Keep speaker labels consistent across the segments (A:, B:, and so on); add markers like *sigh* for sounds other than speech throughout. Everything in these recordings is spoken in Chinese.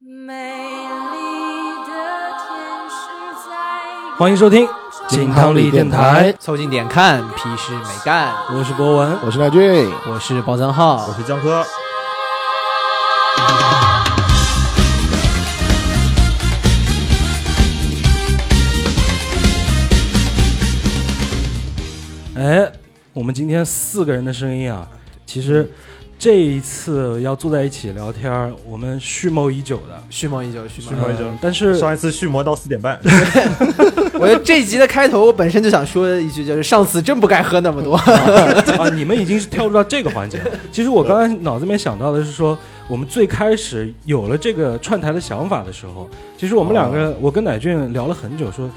A: 美丽的天使在
B: 欢迎收听
C: 金汤力电台，
B: 凑近点看，屁事没干。我是博文，
C: 我是赖俊，
B: 我是包三号，
D: 我是江科，
B: 哎，我们今天四个人的声音啊，其实这一次要坐在一起聊天儿，我们蓄谋已久的，
E: 蓄谋已久，蓄谋。
D: 蓄谋已久
B: 呃但是
D: 上一次蓄魔到四点半，
E: 我觉得这一集的开头，我本身就想说一句，就是上次真不该喝那么多。
B: *laughs* 啊，你们已经是跳入到这个环节了。其实我刚才脑子里面想到的是说，我们最开始有了这个串台的想法的时候，其实我们两个，我跟乃俊聊了很久，说，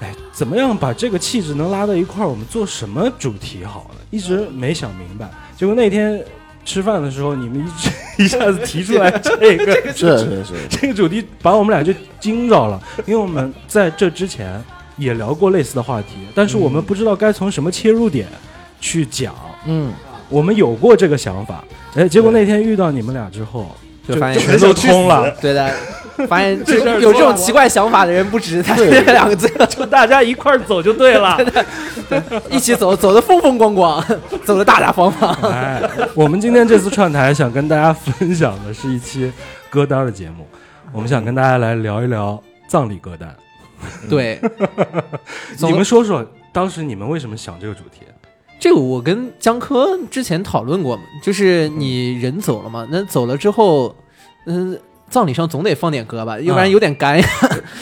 B: 哎，怎么样把这个气质能拉到一块儿？我们做什么主题好呢？一直没想明白。结果那天吃饭的时候，你们一直 *laughs* 一下子提出
D: *laughs*
B: 来这个
C: 是
B: *laughs*
C: 是是，
B: 这个主题把我们俩就惊着了，因为我们在这之前也聊过类似的话题，但是我们不知道该从什么切入点去讲。
C: 嗯，
B: 我们有过这个想法，哎，结果那天遇到你们俩之后，
E: 就
B: 就
E: 发现
B: 全都通了，
E: *laughs* 对的，发现这有这种奇怪想法的人不止他这两个字，
B: 就大家一块儿走就对
E: *laughs*
B: 了。
E: 一起走，走的风风光光，走的大大方方。
B: 哎，我们今天这次串台想跟大家 *laughs* 分享的是一期歌单的节目，我们想跟大家来聊一聊葬礼歌单。
E: *laughs* 对，
B: 你们说说当时你们为什么想这个主题？
E: 这个我跟江科之前讨论过嘛，就是你人走了嘛，那走了之后，嗯。葬礼上总得放点歌吧，要不然有点干呀。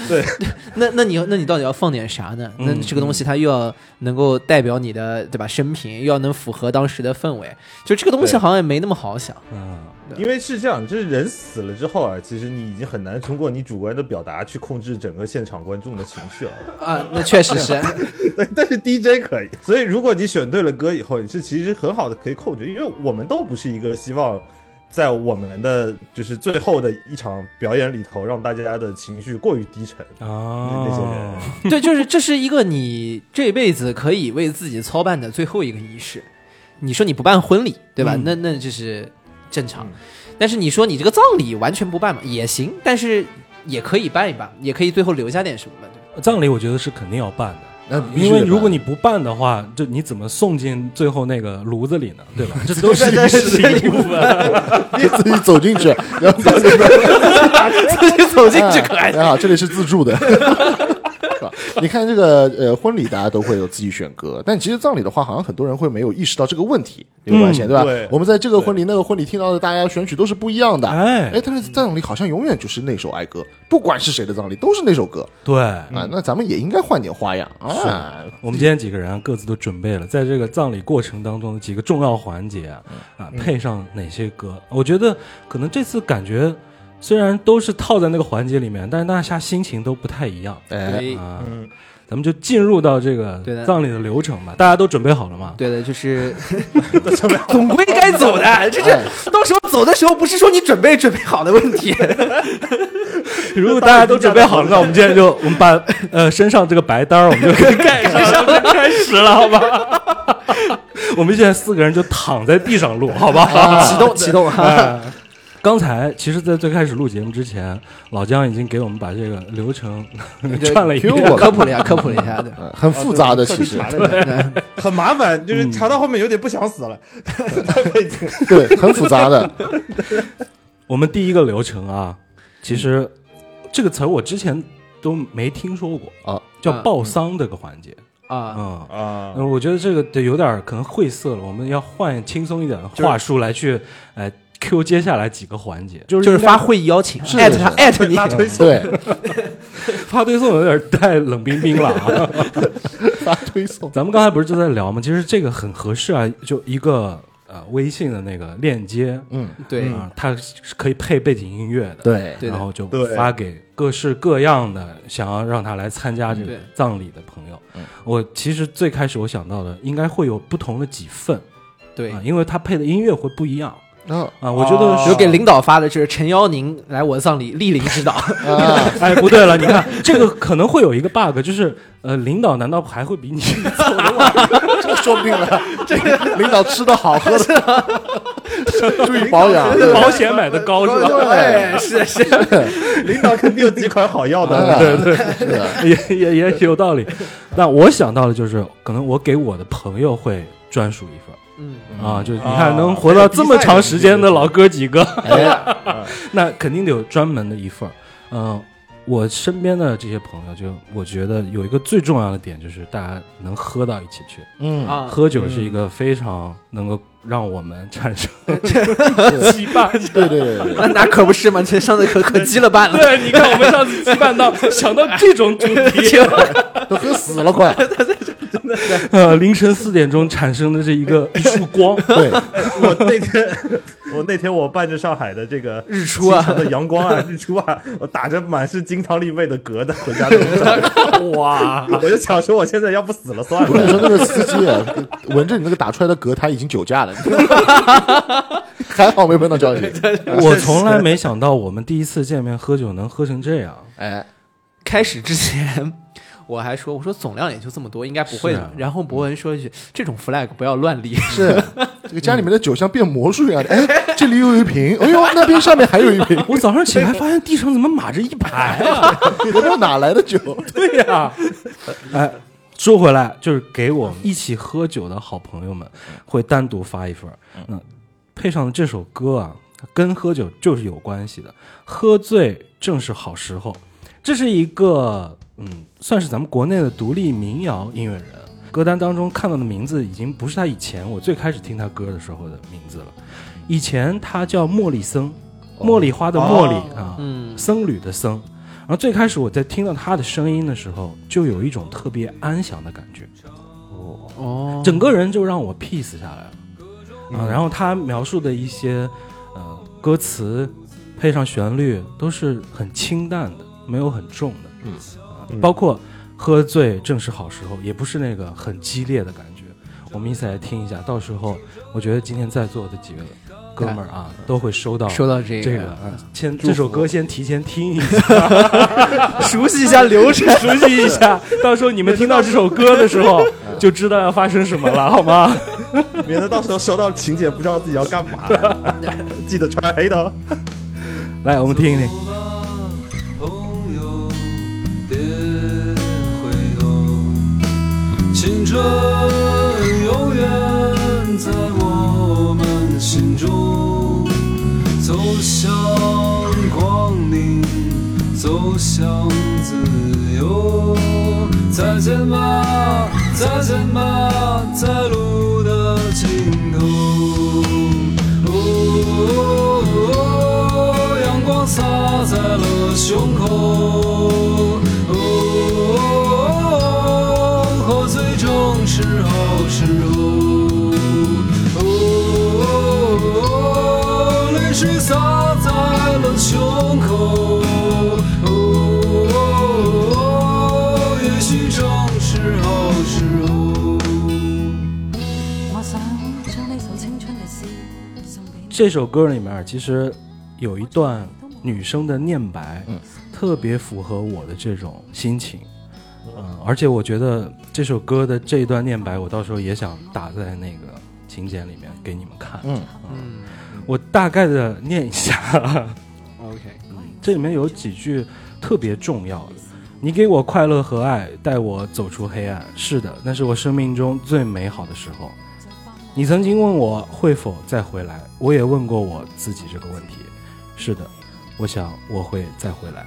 D: 对，
E: *laughs* 那那你那你到底要放点啥呢？那
B: 嗯
E: 这个东西它又要能够代表你的对吧生平，又要能符合当时的氛围，就这个东西
D: 对
E: 好像也没那么好想。
B: 嗯，
D: 因为是这样，就是人死了之后啊，其实你已经很难通过你主观的表达去控制整个现场观众的情
B: *laughs*
D: 绪了。
E: 啊，那确实是，
D: 对，但是 DJ 可以。所以如果你选对了歌以后，你是其实很好的可以控制，因为我们都不是一个希望在我们的就是最后的一场表演里头让大家的情绪过于低沉。
B: 哦，
D: 那些人
E: *laughs* 对，就是这是一个你这辈子可以为自己操办的最后一个仪式。你说你不办婚礼，对吧？
B: 嗯
E: 那那就是正常
D: 嗯。
E: 但是你说你这个葬礼完全不办嘛，也行，但是也可以办一办，也可以最后留下点什么嘛。对吧
B: 葬礼我觉得是肯定要办的。啊
C: 那
B: 因为如果你不办的话，这你怎么送进最后那个炉子里呢？对 *laughs* 吧？这都是
E: 这是
B: 是一部分。
C: 你自己走进去，然后自己
E: 自 *laughs* 己走进去可
C: 哎
E: 爱。
C: 大家好，这里是自助的。 *laughs* 是吧你看这个呃，婚礼大家都会有自己选歌，但其实葬礼的话，好像很多人会没有意识到这个问题，有关系，对吧？
D: 对
C: 我们在这个婚礼、那个婚礼听到的，大家选曲都是不一样的。
B: 哎
C: 哎，但是葬礼好像永远就是那首哀歌，不管是谁的葬礼都是那首歌
B: 对，
C: 啊。那咱们也应该换点花样啊。
B: 我们今天几个人啊各自都准备了，在这个葬礼过程当中的几个重要环节啊，啊配上哪些歌？我觉得可能这次感觉虽然都是套在那个环节里面，但是大家心情都不太一样
C: 哎，
E: 对
B: 啊。
D: 嗯
B: 咱们就进入到这
E: 对
B: 个
E: 的
B: 葬礼的流程吧。大家都准备好了吗？
E: 对的，就是总归该走的。这
C: 哎
E: 这到时候走的时候，不是说你准备准备好的问题。
B: *laughs* 如果大家都准备好了，那我们今天就我们把呃身上这个白单儿我们就可以盖 *laughs* 上，就开始了，好吧？ *laughs* 我们现在四个人就躺在地上录，好吧？
C: 啊
E: 启动启动哈。
B: *laughs* 刚才其实，在最开始录节目之前，老姜已经给我们把这个流程 *laughs* 串了一遍
C: Q 我
E: 科普了一下，科普了一下，对。
C: 嗯很复杂的，其实
D: 查了一下很麻烦，
B: 嗯
D: 就是查到后面有点不想死了。
C: 对，很复杂的。
B: 我们第一个流程啊，其实这个词儿我之前都没听说过
C: 啊，
B: 叫
E: 啊
B: 报丧这个环节
E: 啊，
B: 哦嗯啊。
D: 啊
B: 那、我觉得这个得有点儿可能晦涩了，我们要换轻松一点的
E: 就是
B: 话术来去，呃 Q 接下来几个环节，就
E: 就是发会议邀请，
C: 是
E: 艾特他，艾特你，
D: 拉推
B: *laughs*
D: 手
C: 对，
B: 发推送有点儿太冷冰冰了啊。
C: 发推送。
B: *laughs* 咱们刚才不是就在聊吗？其实这个很合适啊，就一个呃微信的那个链接，
C: 嗯，
E: 对
B: 啊，它是可以配背景音乐的，
C: 对，
E: 对的
B: 然后就
D: 对
B: 发给各式各样的想要让他来参加这个
E: 对
B: 葬礼的朋友。我其实最开始我想到的应该会有不同的几份
E: 对
B: 啊，，因为他配的音乐会不一样
C: 然后
B: 啊。我觉得
D: 哦
B: 是
E: 有给领导发的就是诚邀您来我葬礼莅临指导，
C: 啊，
B: *laughs* 哎，不对了，你看这个可能会有一个 bug，就是呃，领导难道还会比
E: *laughs*
B: 你
C: *laughs* 这说不定了。这个领导吃的好，喝的注意保养，对
B: 保险买的高是吧？
E: 哎，是是，
D: 领导肯定有几款好药
B: 啊
D: 的。
C: 对对对，
B: 也也也有道理。那我想到的就是，可能我给我的朋友会专属一份。
E: 嗯，
B: 啊，就是你
D: 啊
B: 看能活到这么长时间的老哥几个， *laughs*
C: 哎，
B: 那肯定得有专门的一份儿。嗯、我身边的这些朋友，就我觉得有一个最重要的点，就是大家能喝到一起去。
C: 嗯，
E: 啊，
B: 喝酒是一个非常能够让我们产生羁绊。
C: 对对对对，
E: 那嗯那可不是嘛，这上次可可鸡了
B: *laughs*
E: 半了，
B: 对，你看我们上次羁绊到想到这种主 *laughs* 题，
C: 都喝死了快，
B: 呃，凌晨四点钟产生的这一个一束光，
C: *laughs* 对，
D: 我那 *laughs* 天，我那天我伴着上海的这个
E: 日出啊
D: 清晨的阳光 *laughs* 啊，日出啊，我打着满是金汤力味的嗝的回家的路上， *laughs*
B: 哇！
D: 我就想说，我现在要不死了算
C: 我跟你
D: 了。
C: 说，那个司机啊，闻着你那个打出来的嗝，他已经酒驾了， *laughs* 还好没碰到交警。
B: *laughs* 我从来没想到我们第一次见面喝酒能喝成这样。
C: 哎，
E: *laughs* 开始之前。我还说，我说总量也就这么多，应该不会
B: 是
E: 的。
B: 啊
E: 然后博文说一句：“ *laughs* 这种 flag 不要乱立。
C: 是这个家里面的酒像变魔术一样的，哎，这里又有一瓶，哎呦，那边上面还有一瓶， *laughs* 哎
B: 我早上起来发现地上怎么码着一排啊？
C: 我不知道哪来的 *laughs* 酒。
B: 对呀、哎，说回来，就是给我们一起喝酒的好朋友们，会单独发一份儿。嗯，配上这首歌啊，跟喝酒就是有关系的。喝醉正是好时候，这是一个嗯，算是咱们国内的独立民谣音乐人。歌单当中看到的名字已经不是他以前我最开始听他歌的时候的名字了，以前他叫莫里森，茉莉花的茉莉、
D: 哦
B: 啊，”
E: 嗯，
B: 僧侣的僧。然后最开始我在听到他的声音的时候，就有一种特别安详的感觉，
E: 哦，
B: 整个人就让我 peace 下来了。啊，然后他描述的一些呃歌词，配上旋律，都是很清淡的，没有很重的。嗯，包括喝醉正是好时候，也不是那个很激烈的感觉。我们一起来听一下，到时候我觉得今天在座的几位哥们儿啊，都会收到
E: 说到这
B: 这个，啊，先这首歌先提前听一下， *laughs*
E: 熟悉一下流程。
B: 熟悉一下，嗯到时候你们听到这首歌的时候，就知道要发生什么了，好 *laughs* 吗？
D: 免得到时候收到请柬不知道自己要干 *laughs* 嘛。记得穿黑的 *laughs* 哦。
B: 来，我们听一听。
F: 朋友，别回头，青春永远在我们心中。走向光明，走向自由。再见吧，再见吧，在路的尽头。哦，阳光洒在了胸口。哦，喝醉正是好时候。哦，泪水洒在了胸口。哦，也许正是好时候。
A: 我想将呢首青春嘅诗送俾
B: 这首歌里面其实有一段女生的念白，特别符合我的这种心情。嗯，而且我觉得这首歌的这一段念白，我到时候也想打在那个请柬里面给你们看。
C: 嗯，
E: 嗯
B: 我大概的念一下。哦
E: ，OK，
B: 这里面有几句特别重要的。你给我快乐和爱，带我走出黑暗。是的，那是我生命中最美好的时候。你曾经问我会否再回来，我也问过我自己这个问题。是的，我想我会再回来。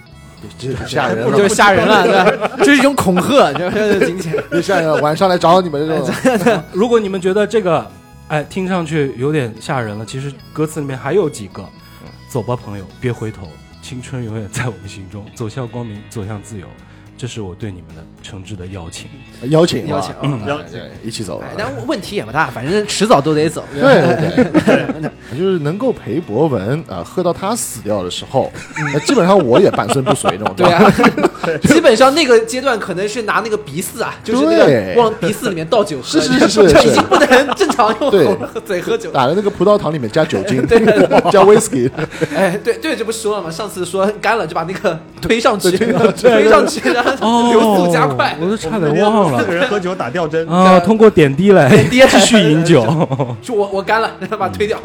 C: 这吓人
E: 就是吓人
B: *laughs*
E: 了，对吧，这是一种恐吓，就是 *laughs* 金钱。
C: 这吓人了，晚上来找你们这种，
B: 如果你们觉得这个，哎，听上去有点吓人了，其实歌词里面还有几个。走吧，朋友，别回头，青春永远在我们心中，走向光明，走向自由，这是我对你们的诚挚的邀请。
C: 邀请
E: 邀请嗯
C: 邀请一起走
E: 哎，。但问题也不大，反正迟早都得
B: *laughs*
E: 走。
C: 对对对，就是能够陪博文啊、喝到他死掉的时候，那基本上我也半身不遂那种。
E: 对，啊， *laughs* 基本上那个阶段可能是拿那个鼻饲啊，就是那个
C: 对
E: 往鼻饲里面倒酒喝，
C: 是是是是
E: 就已经不能正常用
C: 对
E: 口嘴喝酒了。
C: 打了那个葡萄糖里面加酒精，加 whisky，
E: 哎，对对，这不说了吗？上次说干了就把那个推上 *laughs* 去，
C: 对
E: 推上去，然后 *laughs* 流速加快。
B: 哦我都差点忘
D: 四
B: 了
D: 个
B: 啊
D: 人喝酒打吊针，
B: 啊！通过点滴来
E: 点滴来
B: 继续饮酒，
E: *laughs* 说我我干了，然后把它推掉。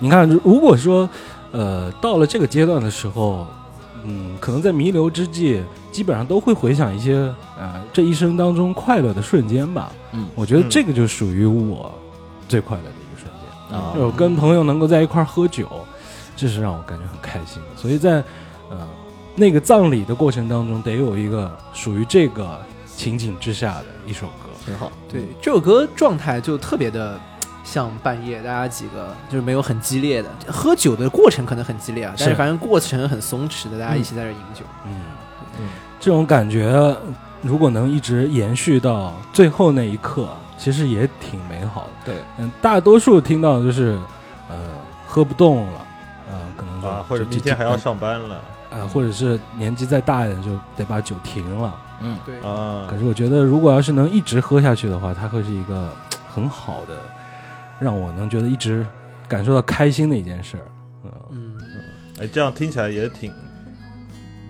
B: 你看，如果说呃到了这个阶段的时候，嗯，可能在弥留之际，基本上都会回想一些呃这一生当中快乐的瞬间吧。
C: 嗯
B: 我觉得
D: 嗯
B: 这个就属于我最快乐的一个瞬间。
C: 啊
B: 就跟朋友能够在一块儿喝酒，这是让我感觉很开心的。所以在呃那个葬礼的过程当中，得有一个属于这个情景之下的一首歌。
C: 挺好。
E: 对，这首歌状态就特别的像半夜，大家几个就是没有很激烈的喝酒的过程，可能很激烈啊，但是
B: 是
E: 反正过程很松弛的，大家一起在这儿饮酒。
B: 嗯
D: 嗯，
B: 这种感觉如果能一直延续到最后那一刻，其实也挺美好的。
C: 对，
B: 嗯，大多数听到的就是呃喝不动了，呃可能就
D: 啊，或者
B: 就
D: 明天还
B: 就
D: 要上班了
B: 呃，或者是年纪再大一点就得把酒停了。
C: 嗯，
E: 对，
D: 啊
B: 可，是我觉得，如果要是能一直喝下去的话，它会是一个很好的，让我能觉得一直感受到开心的一件事
D: *laughs*
B: 儿。嗯，
E: 嗯，
D: 哎，这样听起来也挺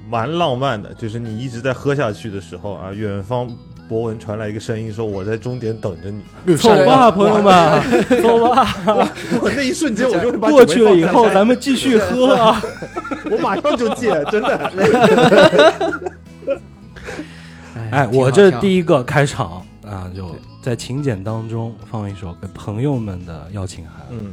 D: 蛮浪漫的，就是你一直在喝下去的时候啊，远方博文传来一个声音说我在终点等着你，
B: 走吧，朋友们，走吧，
D: 我那一瞬间我就会把
B: 过
D: 酒杯
B: 去了以
D: *laughs*
B: 后
D: 放下
B: 咱们继续喝啊。
D: 我马上就 *laughs* 戒，真的。
B: 哎，我这
E: 一
B: 第一个开场
E: 嗯
B: 啊，就在请柬当中放一首给朋友们的邀请函。
D: 嗯，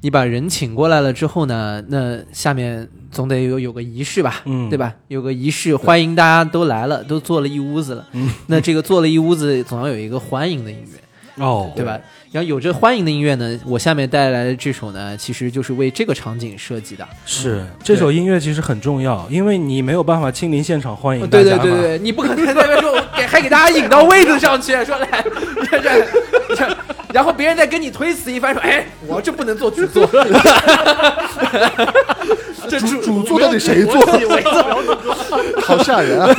E: 你把人请过来了之后呢，那下面总得有有个仪式吧，
B: 嗯
E: 对嗯吧？有个仪式，欢迎大家都来了，都坐了一屋子了。那这个坐了一屋子，总要有一个欢迎的音乐。
B: 哦，
E: 对吧？然后有这欢迎的音乐呢，我下面带来的这首呢，其实就是为这个场景设计的。
B: 是
E: 嗯
B: 这首音乐其实很重要，因为你没有办法亲临现场欢迎大
E: 对
B: 家
E: 哦对
B: 嘛。
E: 对对，你不可能在那边说，我给还给大家引到位子上去，说来， *laughs* 这这这，然后别人再跟你推辞一番，说，哎，我这不能做
C: *laughs*
E: 主座，这主
C: 主座到底谁做？好吓人啊！
E: *laughs*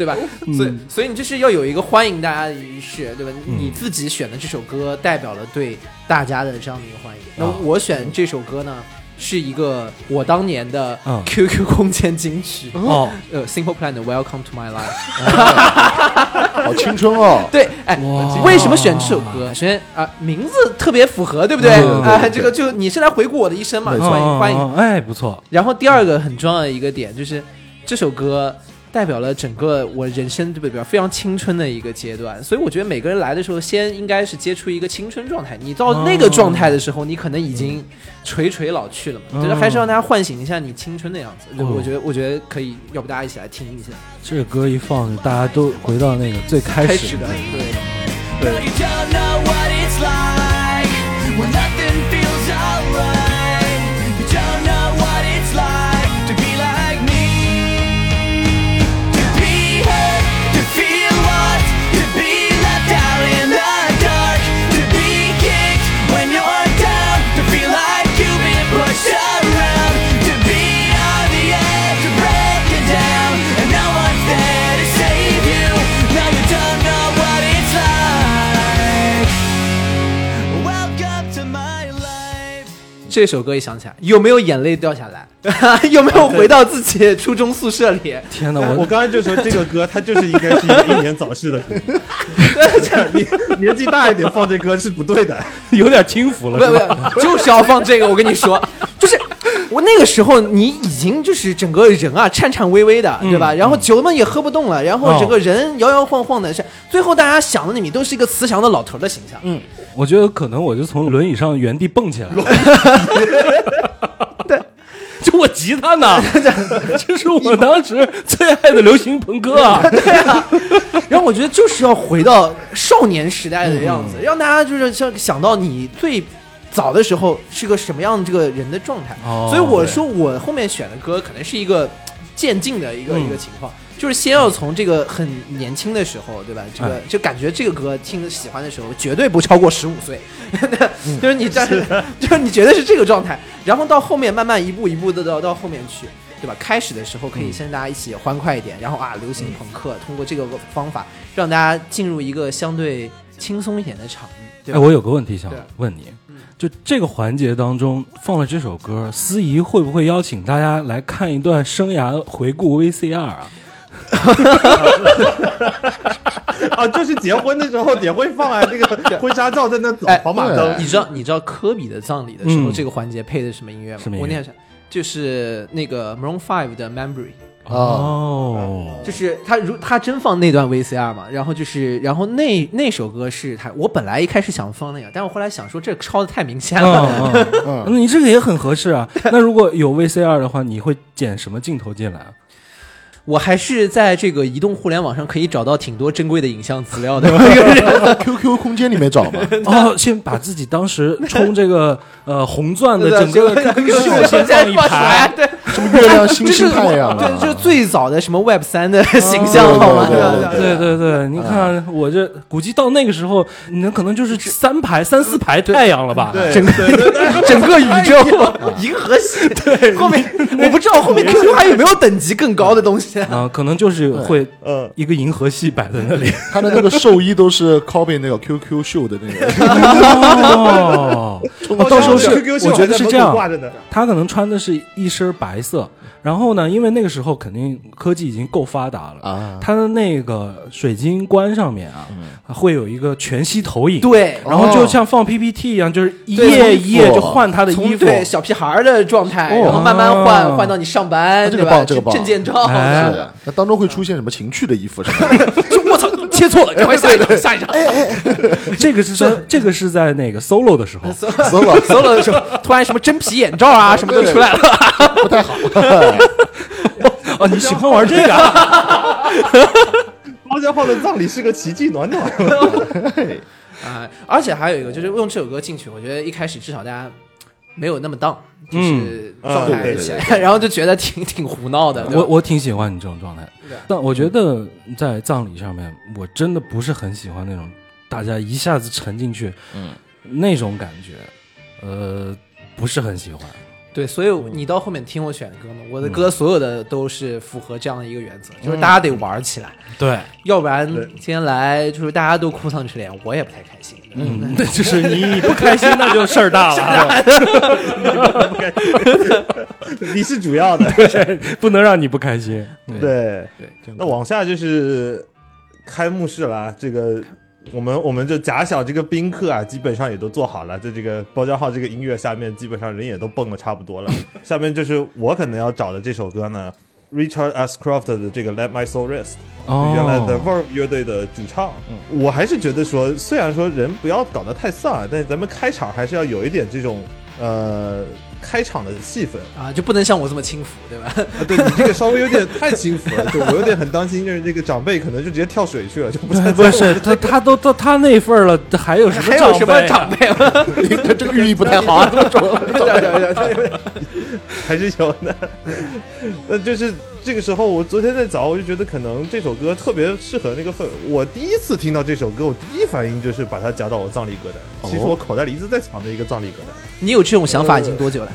E: 对吧？
B: 嗯
E: 所以所以你就是要有一个欢迎大家的仪式，对吧？
B: 嗯
E: 你自己选的这首歌代表了对大家的这样的一个欢迎。那
B: 啊
E: 我选这首歌呢，是一个我当年的
B: 嗯
E: QQ *laughs* 空间金曲，
B: 哦，
E: *laughs* 呃，Simple Plan 的 Welcome to My Life。。
C: 好青春哦
E: 对，哎
B: 哇，
E: 为什么选这首歌？首先啊，名字特别符合，对不对？
B: 对对对
E: 啊，这个就你是来回顾我的一生嘛，
B: 哦
E: 欢迎欢迎。
B: 哦哎，不错，
E: 然后第二个很重要的一个点就是，这首歌代表了整个我人生对不对？非常青春的一个阶段，所以我觉得每个人来的时候，先应该是接触一个青春状态。你到那个状态的时候，你可能已经垂垂老去了嘛，
B: 嗯
E: 就是还是让大家唤醒一下你青春的样子。对吧
B: 哦
E: 我觉得，我觉得可以，要不大家一起来听一下
B: 这个歌一放，大家都回到那个最开
E: 开
B: 始
E: 始的
B: 那个
E: 对。
F: But you don't know what it's like when nothing feels alright. You don't know what it's like to be like me. To be hurt, to feel lost, to be left out in the dark, to be kicked when you're down, to feel like you've been pushed around, to be on the edge of breaking down, and no one's there to save you. Now you don't know what it's like. Welcome to my life.
E: 这首歌一想起来，有没有眼泪掉下 *laughs* 来？有没有回到自己初中宿舍里？
B: 天
E: 哎
B: 哪，
D: 我
B: 我
D: 刚才就说这个歌，它就是应该是一个英年早逝的歌。你 *laughs* 年纪大一点放这歌是不对的。
B: *laughs* 有点轻浮了，
E: *laughs* 不
B: 是吧？
E: 不， *laughs* 就是要放这个。我跟你 *laughs* 说，就是我那个时候，你已经就是整个人啊颤颤巍巍的，对吧？然后酒嘛也喝不动了，然后整个人摇摇晃晃的，是最后大家想的你都是一个慈祥的老头的形象。嗯，
B: 我觉得可能我就从轮椅上原地蹦起来了。 *laughs* 对，就我吉他呢，
E: *laughs*
B: 这是我当时最爱的流行朋克啊！
E: 对啊。 *laughs* 然后我觉得就是要回到少年时代的样子，让大家就是像想到你最。早的时候是个什么样这个人的状态，
B: 哦
E: 所以我说我后面选的歌可能是一个渐进的一个、一个情况，就是先要从这个很年轻的时候，对吧？这个、就感觉这个歌听喜欢的时候绝对不超过十五岁， *laughs* 就是你这， *laughs* 就是你觉得是这个状态，然后到后面慢慢一步一步的到到后面去，对吧？开始的时候可以先大家一起欢快一点，然后啊，流行朋克通过这个方法让大家进入一个相对轻松一点的场域，对
B: 哎，
E: 吧？
B: 我有个问题想
E: 对嗯
B: 问你，就这个环节当中放了这首歌，司仪会不会邀请大家来看一段生涯回顾 VCR 啊？
D: 啊，就是结婚的时候也会放啊，那个婚纱照在那走
E: 哎
D: 跑马灯，
E: 你知道你知道科比的葬礼的时候，
B: 嗯
E: 这个环节配的什么音乐吗
B: 什么？音乐
E: 我念一下，就是那个 Maroon Five 的 Memory。
C: 啊，
E: *laughs*
B: 哦，
E: 就是他如他真放那段 VCR 嘛，然后就是然后那那首歌是他，我本来一开始想放那个，但我后来想说这抄的太明显了，
B: 嗯 *laughs* 嗯，那你这个也很合适啊。那如果有 VCR 的话，你会剪什么镜头进来
E: *laughs*
B: 啊？
E: 我还是在这个移动互联网上可以找到挺多珍贵的影像资料的一个人。
C: ，QQ 空间里面找嘛，
B: 哦，先把自己当时冲这个呃红钻的整个
E: 对
B: QQ 秀
E: 现
B: 先
E: 在
B: 放一
E: 放出
B: 排，
E: 来对，
C: 什么月亮星
E: 这是
C: 星太阳
E: 对，这是
C: 啊，
E: 最早的什么 Web 三的形象，
C: 对
E: 好吗？
C: 对
E: 吧
C: 对
B: 对对对，你看
E: 嗯
B: 我这估计到那个时候，你可能就是三排三四排太阳了吧？
D: 对，
E: 整
D: 个对对
E: 整个宇宙银河系，对，后面我不知道后面 QQ 还有没有等级更高的东西。
B: 啊，可能就是会
D: 嗯，
B: 一个银河系摆在那里。
C: 他的那个寿衣都是 copy 那个 QQ 秀的那个，
B: 哦， *laughs* 到时候是
D: QQ 秀
B: 我觉得是这样
D: 还在门口挂着呢，
B: 他可能穿的是一身白色，然后呢，因为那个时候肯定科技已经够发达了
C: 啊
B: 他的那个水晶棺上面啊，会有一个全息投影，，
E: 对，
B: 然后就
C: 哦
B: 像放 PPT 一样，就是一
E: 对
B: 页一页
C: 从
B: 就换他的
E: 从
B: 衣服，
E: 对小屁孩儿的状态，
C: 哦
E: 然后慢慢
B: 啊
E: 换换到你上班，
C: 这
E: 对
C: 个
E: 吧？
C: 棒这个棒
E: 证件照，
B: 哎
C: 是的那当中会出现什么情趣的衣服什么的？
E: 就我操，切错了，赶快下一张，下一张。
B: 这个是在这个是在那个 solo 的时候，
E: 所有所有的时候，突然什么真皮眼罩啊，什么都出来了。 *laughs*
B: 哦，你喜欢玩这个啊？
D: 包家浩的葬礼是个奇迹暖暖，
E: 啊，而且还有一个就是用这首歌进去，我觉得一开始至少大家没有那么荡，就是状
D: 嗯
E: 态
D: 对
E: 起来，然后就觉得挺挺胡闹的。对吧
B: 我我挺喜欢你这种状态
E: 对，
B: 但我觉得在葬礼上面，我真的不是很喜欢那种大家一下子沉进去，
C: 嗯，
B: 那种感觉，呃，不是很喜欢。
E: 对，所以你到后面听我选的歌嘛，我的歌所有的都是符合这样的一个原则，就是大家得玩起来，
B: 对，
E: 要不然
D: 对
E: 今天来就是大家都哭丧着脸，我也不太开心。
B: 嗯， *laughs* 那就是你不开心，那就事儿大了，
D: 你是主要的，
B: 不能让你不开心。
D: 对。
E: 对，
D: 那往下就是开幕式了啊，这个我们我们这假想这个宾客啊，基本上也都做好了，在这个包浆号这个音乐下面，基本上人也都蹦的差不多了。下面就是我可能要找的这首歌呢，Richard Ashcroft 的这个《Let My Soul Rest》。
B: 哦，
D: 原来的 Verve 乐队的主唱，我还是觉得说，虽然说人不要搞得太丧啊，但是咱们开场还是要有一点这种呃开场的气氛
E: 啊，就不能像我这么轻浮，对吧？
D: 啊。对你这个稍微有点太轻浮了，就我有点很担心，就是这个长辈可能就直接跳水去了，就不太
B: 不是他，他都到他那份儿了，还有什么
E: *laughs* 还有什么
B: 辈啊
E: 长辈？
C: 这这个寓意不太好啊，
D: 还是有的。那就是这个时候，我昨天在找，我就觉得可能这首歌特别适合那个氛围。我第一次听到这首歌，我第一反应就是把它夹到我葬礼歌单。
B: 哦
D: 其实我口袋里一直在藏着一个葬礼歌单。
E: *laughs* 你有这种想法已经多久了？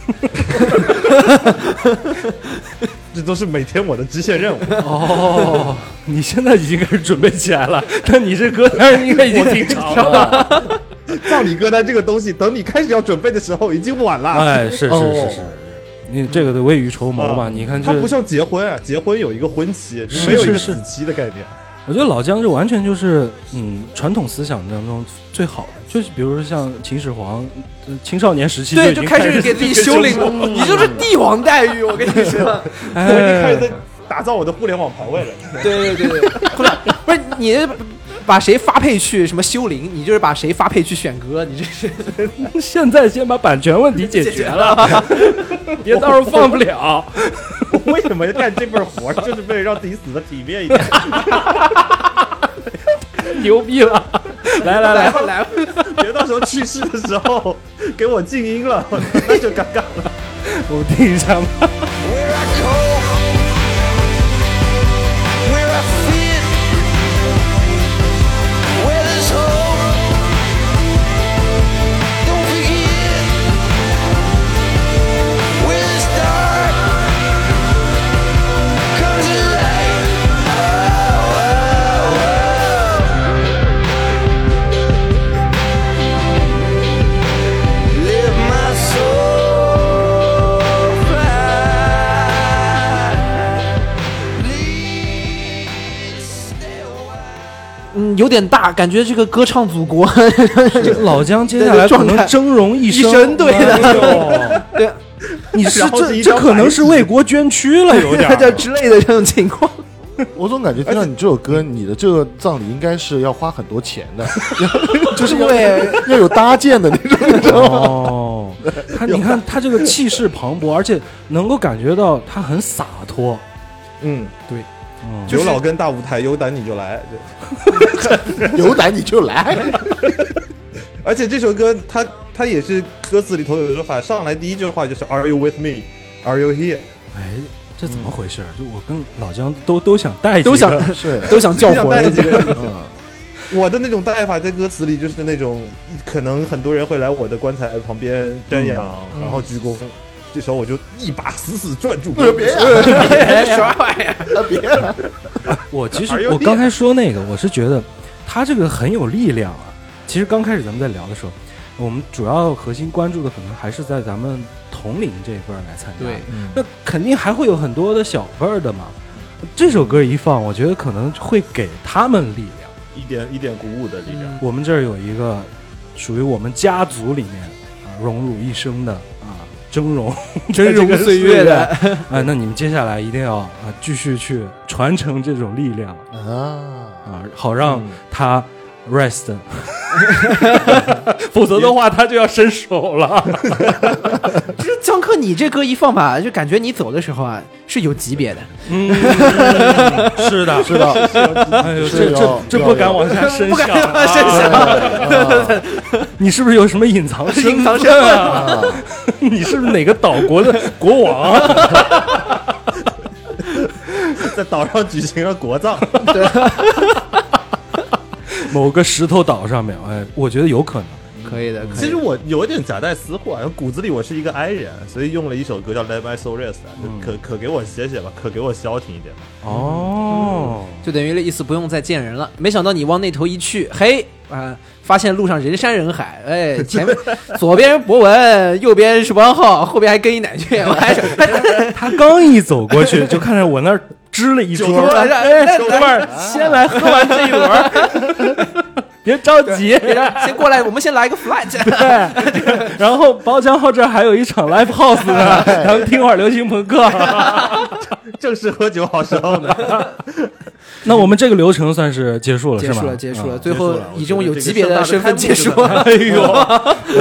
D: 这都是每天我的支线任务。
B: 哦，你现在已经开始准备起来了，那你这歌单应该已经挺长了。
D: 葬礼歌单这个东西，等你开始要准备的时候已经晚了。
B: 哎，是是是是，你这个得未雨绸
D: 啊
B: 缪嘛？你看这
D: 它，不像结婚啊，结婚有一个婚期，
B: 是
D: 没有一个
B: 是是
D: 死期的概念。
B: 我觉得老姜这完全就是嗯传统思想当中最好的，就是比如说像秦始皇，呃青少年时期
E: 对，
B: 已
E: 就
B: 经
E: 开
B: 开
E: 始给自己修陵了，你就是帝王待遇，我跟你说。 *laughs*
D: *laughs* 我已经开
B: 哎
D: 始在打造我的互联网排位了。 *laughs*
E: 对对对对，后来不是你把谁发配去什么修陵，你就是把谁发配去选歌，你这是
B: 现在先把版权问题解决了，别到时候放不了。
D: 我为什么要干这份活儿？就是为了让自己死的体面一点。 *laughs*
B: 牛逼了！来来
E: 来
B: 来，
E: 吧来 *laughs* 吧。
D: 别到时候去世的时候给我静音了， *laughs* 那就尴尬 *laughs* 了。
B: 我们听一下吧。
F: Where I go, where I fit, where there's hope. Don't forget where there's dark comes the light. Live my soul. Right.
E: 嗯，有点大，感觉这个歌唱祖国， *laughs*
B: 这老姜接下来可能峥嵘一
E: 一生对
B: 的。
E: 对，
B: 你是
D: 然后是
B: 这
D: 一
B: 这
D: 张
B: 可
D: 白
B: 能是为国捐躯了，有点儿。
E: 就之类的这种情况。
C: *laughs* 我总感觉听到你这首歌，你的这个葬礼应该是要花很多钱的，就是要
E: 对
C: 要有搭建的那
B: *laughs*
C: 种，你知道吗？
B: 哦，他你看他这个气势磅礴，而且能够感觉到他很洒脱。
D: 嗯，
B: 嗯，
D: 刘老根大舞台，有胆你就来。对
C: 有胆你就来。
D: 而且这首歌，它它也是歌词里头有一句话，上来第一句话就是 “Are you with me? Are you here？”
B: 哎，这怎么回事？就我跟老姜都都想带几个，
E: 嗯都
C: *laughs*
E: 想
C: 是，
E: *laughs* 都想叫
D: 就想
E: 魂
D: 带，几个人。
C: 嗯，
D: 我的那种带法在歌词里就是那种，可能很多人会来我的棺材旁边瞻仰，然后鞠躬。这时候我就一把死死攥住，
C: 别呀，
E: 啥玩意儿？
C: 别呀，
B: *laughs* 我其
D: 哎
B: 实
D: 呦
B: 我刚才说那个，我是觉得他这个很有力量啊。其实刚开始咱们在聊的时候，我们主要核心关注的可能还是在咱们同龄这一辈儿来参加，
E: 对，
B: 那肯定还会有很多的小辈儿的嘛。这首歌一放，我觉得可能会给他们力量。
D: 一点一点鼓舞的力量。
B: 我们这儿有一个属于我们家族里面啊荣辱一生的啊峥嵘
E: 峥嵘岁月的
B: 啊，那你们接下来一定要啊继续去传承这种力量
C: 啊，
B: 啊，好让他 rest，、否则的话他就要伸手了。
E: 就是江克，你这歌一放吧，就感觉你走的时候啊是有级别的，
B: 嗯， *laughs* 是的，
C: 是的，
B: 哎呦，
C: 是
B: 这
C: 要
B: 这这不敢往下伸
E: *laughs* 不敢
B: 想
E: 让他
B: 啊，
E: 声响，
B: 你是不是有什么隐藏
E: 隐藏
B: 身份
E: 身份
B: 啊？ *laughs* 你是不是哪个岛国的国王啊？
D: *laughs* 在岛上举行了国 *laughs* 葬，
B: *laughs* 某个石头岛上面，哎，我觉得有可能。
E: 可以的。可以的
D: 其实我有点夹带私货，啊，骨子里我是一个 I 人，所以用了一首歌叫《Let My Soul Rest》，就啊可可给我写写吧，可给我消停一点吧。
B: 哦，
E: 就等于意思不用再见人了。没想到你往那头一去，嘿啊、发现路上人山人海，
D: *laughs*
E: 哎，前面左边博文，右边是汪浩，后边还跟一奶
D: *laughs*
E: 圈，我还哎是
B: 他刚一走过去，就看见我那儿支了一桌
D: 酒，桌
B: 哎，哥们儿，先来喝完这一轮儿， *laughs* 别着急。
E: *laughs* 先过来，我们先来个
D: *laughs*
E: flat。
B: 对，然后包浆后这儿还有一场 live house 呢，咱们听会儿流行朋克。
D: 正是喝酒好时候呢。
B: 那我们这个流程算是结束了，
E: 结
B: 是吧？
E: 束了，结束了，
B: 啊
E: 最后
D: 结束了
E: 以这种
D: 我觉
E: 有
D: 得
E: 级别
D: 这个
E: 身份结束
D: 盛大的。
E: 哎呦，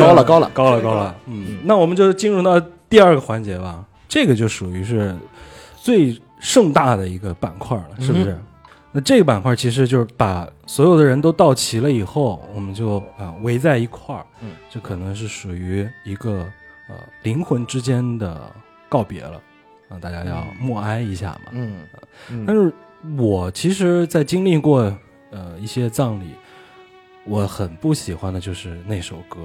C: 高了高了，
B: 高了，高了。嗯，那我们就进入到第二个环节吧，这个就属于是最盛大的一个板块了，是不
C: 嗯
B: 是？那这个板块其实就是把所有的人都到齐了以后，我们就啊、呃围在一块儿，
C: 嗯，
B: 这可能是属于一个呃灵魂之间的告别了，啊、大家要默哀一下嘛。呃
C: 嗯，
B: 但是我其实，在经历过呃一些葬礼，我很不喜欢的就是那首歌，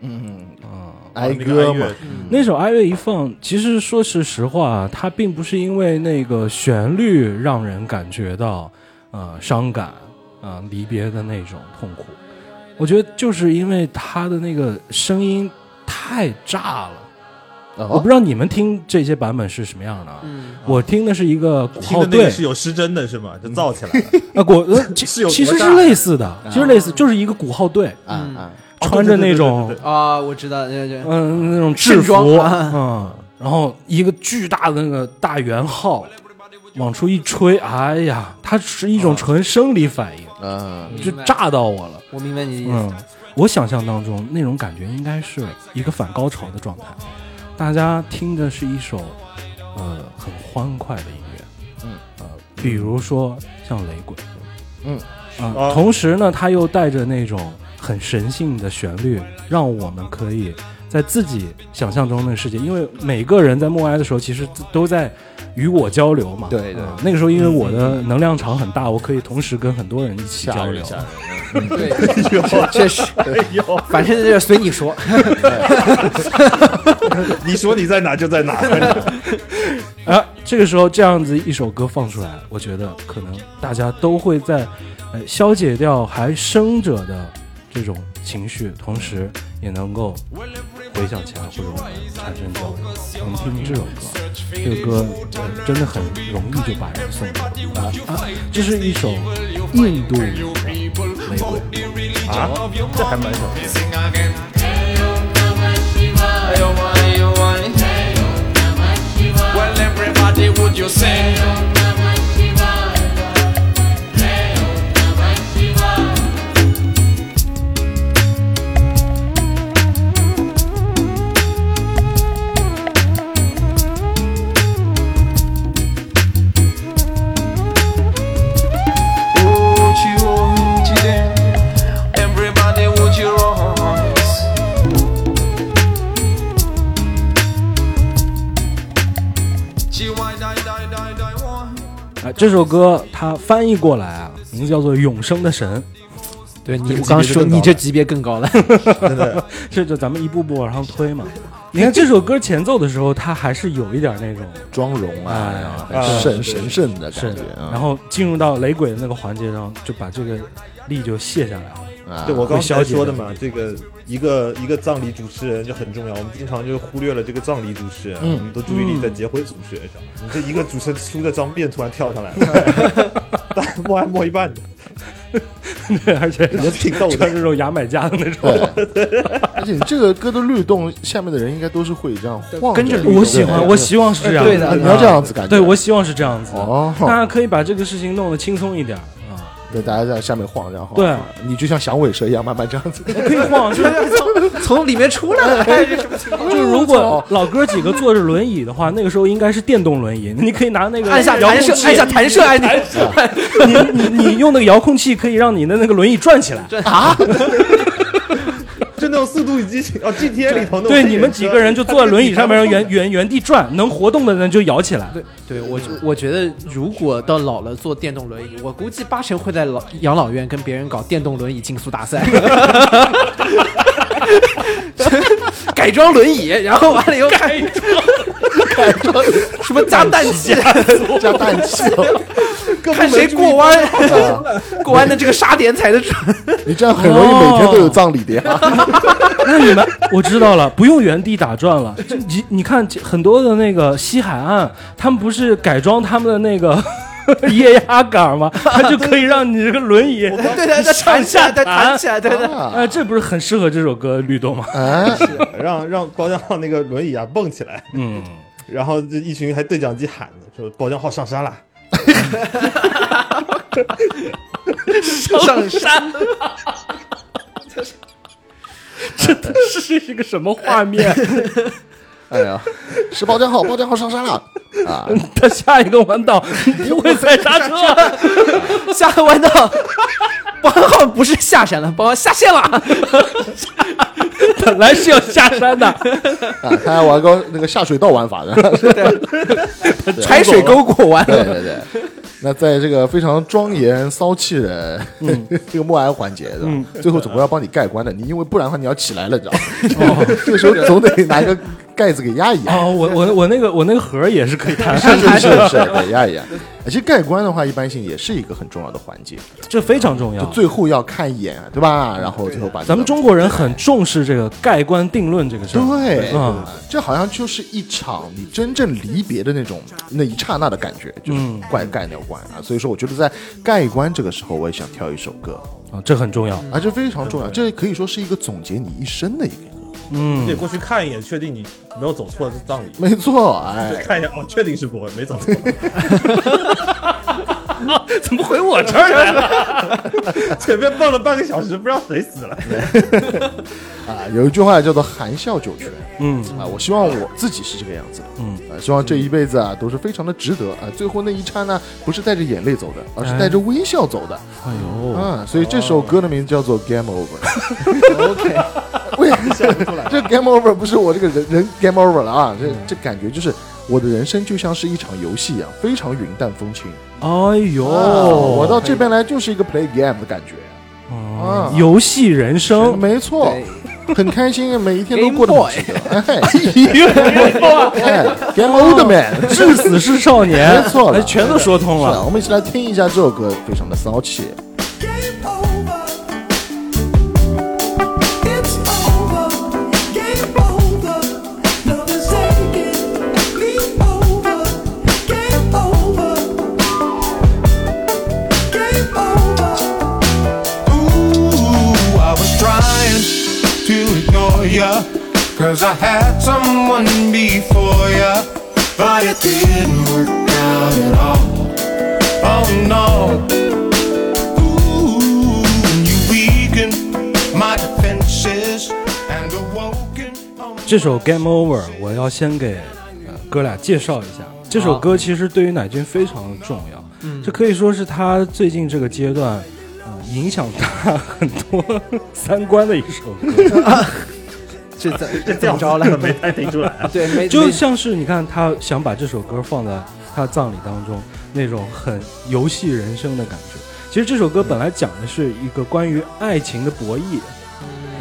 C: 嗯，
B: 啊、
C: 哀歌嘛，
D: 嗯
B: 那首《哀乐》一放，其实说是实话，它并不是因为那个旋律让人感觉到呃伤感啊、呃离别的那种痛苦，我觉得就是因为它的那个声音太炸了。我不
C: 哦，
B: 知道你们听这些版本是什么样的啊？
E: 嗯
B: 我听的是一个鼓
D: 听
B: 号
D: 的那
B: 队
D: 个是有失真的是吗？就造起来了， *laughs*
B: 啊，鼓呃其
D: 是有
B: 其实
D: 多
B: 是
D: 大啊
B: 类似的，其实类似就是一个鼓号队，
C: 啊啊，
B: 穿着那种
D: 哦对对对对
E: *laughs*
D: 对
E: 啊，我知道，这这
B: 嗯，那种制
E: 盛装
B: 服，
E: 啊
B: 嗯，然后一个巨大的那个大圆号往出一吹，哎呀，它是一
E: 啊
B: 种纯生理反应，
C: 啊，
B: 就
E: 明白
B: 炸到我了。
E: 我明白你的意思。
B: 嗯，我想象当中那种感觉应该是一个反高潮的状态，大家听的是一首呃很欢快的音乐，
C: 嗯
B: 呃，比如说像雷鬼，
C: 嗯
B: 啊、
D: 哦
B: 同时呢，它又带着那种很神性的旋律，让我们可以在自己想象中的世界，因为每个人在默哀的时候，其实都在与我交流嘛。
C: 对对
B: 啊那个时候因为我的能量场很大，我可以同时跟很多人一起交流。
E: 对，确实，
D: 哎呦，
E: 反正就是随你
D: *laughs*
E: 说。
D: 你说你在哪就在 *laughs* 哪，
B: 啊，这个时候这样子一首歌放出来，我觉得可能大家都会在，呃，消解掉还生者的这种情绪，同时也能够回想起来或者我们产生交流。我们听听这首歌，这个歌、呃、真的很容易就把人送走啊啊，这是一首印度舞，
E: 玫瑰。
D: 啊，这还蛮少见的。
F: Well, everybody, would you sing? Would you, would you dance? Everybody, would you rise? She why die die die die why?
B: 哎，这首歌它翻译过来啊，名字叫做《永生的神
E: 对你，我
D: 级别
E: 刚
D: 就
E: 说
D: 更
E: 你
D: 高
E: 这
D: 了
E: 级别更高了。》， *laughs*
B: 这就咱们一步步往上推嘛。你看这首歌前奏的时候，它还是有一点那种，
C: 妆容
B: 哎呀
C: 啊，很
D: 啊
C: 神神圣的
B: 是
C: 感觉啊。
B: 然后进入到雷鬼的那个环节上，就把这个力就卸下来了。 *laughs*
C: 啊
D: 对我刚
B: 会消
D: 才
B: 解
D: 说
B: 的
D: 的嘛，这个一个一个葬礼主持人就很重要，我们经常就忽略了这个葬礼主持人，
B: 嗯
D: 我们都注意力在结婚主持人上。你这一个主持人梳着脏辫突然跳上来 *laughs* 了，但摸还摸一 *laughs* 半呢，
B: 对，而且
D: 也挺逗
B: 穿
D: 的。
B: 这种牙买加的那种。
C: 对，而且你这个歌的律动，下面的人应该都是会这样晃着，
E: 跟着律动
B: 我喜欢，我希望是这样。
E: 对的
C: 啊你要这样子感觉。
B: 对，我希望是这样子。
C: 哦
B: 大家可以把这个事情弄得轻松一 *laughs* 点啊，
C: 对大家在下面晃，然后
B: 对，
C: 你就像响尾蛇一样慢慢这样子。
B: 可以晃。就是
E: 从里面出来
D: *laughs*
E: 了，哎这什么情况？
B: 就是，如 *laughs* 果老哥几个坐着轮椅的话，那个时候应该是电动轮椅，你可以拿那个
E: 按下
B: 遥
E: 弹
B: 控
E: 射，
B: 器，
E: 按下弹射按钮。
B: 你你你用那个遥控器可以让你的那个轮椅转起
E: *laughs*
B: 来。
E: 啊
D: 就那种速度与激情哦，GTA 里头那种
B: 对，
D: 黑
B: 你们几
D: 车
B: 个人就坐在轮椅上面，原原原地转，能活动的人就摇起来。
E: 对，对我就我觉得，如果到老了坐电动轮椅，我估计八成会在老养老院跟别人搞电动轮椅竞速大赛， *laughs* 改装轮椅，然后完了以后改 *laughs* 什么加氮气，
C: 加氮气哦，
E: 看谁过弯，过弯的这个沙点踩得 *laughs* 准。
C: 你这样很容易每天都有葬礼的呀。
B: 那你们我知道了，不用原地打转了。这你你看很多的那个西海岸，他们不是改装他们的那个 *laughs* 液压杆吗？它就可以让你这个轮椅
E: 对对，它弹起来，它弹起来，对对。
B: 哎，这不是很适合这首歌律动吗？
C: 哎，
D: 让让包浆号那个轮椅啊蹦起来，嗯，然后这一群还对讲机喊呢，说包浆号上山了，
E: 上山，
B: 这是一个什么画面？
C: 哎呀，是包浆号，包浆号上山 *laughs* 了啊！
B: 他下一个弯道不会踩刹车，
E: 下个 *laughs* 弯道，包浩不是下山了， *laughs* 包浩下线了。
B: *laughs* 本来是要下山的，
C: 啊，他还玩个那个下水道玩法的，
E: 柴水沟过弯
C: 对对对。 *laughs* 那在这个非常庄严骚气的 *laughs* 这个默哀环节，对吧？最后总归要帮你盖棺的，你因为不然的话你要起来了，你知道吗？ *laughs* 这个时候总得拿一个盖子给压一
B: *laughs*
C: 压，
B: 哦，我我我那个我那个盒儿也是可以弹
C: 是是是是，得压一压。其实盖棺的话，一般性也是一个很重要的环节，
B: 这非常重要。
C: 最后要看一眼，对吧？然后最后把这个
B: 咱们中国人很重视这个盖棺定论这个事儿，
C: 对，
B: 嗯，
C: 这好像就是一场你真正离别的那种那一刹那的感觉，就是盖盖那棺啊。所以说，我觉得在盖棺这个时候，我也想挑一首歌
B: 啊，这很重要。
C: 啊，这非常重要，这可以说是一个总结你一生的一个歌。
B: 嗯
D: 你得过去看一眼，确定你没有走错葬礼。
C: 没错，哎，
D: 看一眼哦，确定是不会没走错，
B: *laughs* 怎么回我这儿来了？
D: *laughs* 前面蹦了半个小时，不知道谁死了。
C: 啊，有一句话叫做“含笑九泉”，嗯啊，我希望我自己是这个样子的，嗯啊，希望这一辈子啊都是非常的值得啊。最后那一刹那不是带着眼泪走的，而是带着微笑走的。
B: 哎呦，
C: 啊，所以这首歌的名字叫做《Game Over》。OK，为啥这 Game Over 不是我这个人人 Game Over 了啊？这这感觉就是我的人生就像是一场游戏一样，非常云淡风轻。哦
B: 哎呦，
C: 我到这边来就是一个 play game 的感觉。啊，
B: 游戏人生，
C: 没错，很开心，每一天都过得
E: Game
C: 很值得。哎，Game Over Man，
B: 至死是少年，
C: 没错了
B: 哎全都说通
C: 是啊，
B: 了。
C: 我们一起来听一下这首歌，非常的骚气。
F: Game over. It's over. Game over. Nothing's taking me over. Game over. Game over. Ooh.
G: Cause I had someone before ya, but it didn't work out at all. Oh no. Ooh, and you weakened my defenses and awoken on
B: 这首《Game Over》，我要先给、呃哥俩介绍一下。这首歌其实对于乃军非常重要，这可以说是他最近这个阶段，呃、影响他很多 *laughs* 三观的一首歌。
E: 这怎
D: 这
E: 怎么着了？
D: 没太听出来啊。
E: *laughs* 对，没
B: 就
E: 没
B: 像是你看，他想把这首歌放在他葬礼当中，那种很游戏人生的感觉。其实这首歌本来讲的是一个关于爱情的博弈，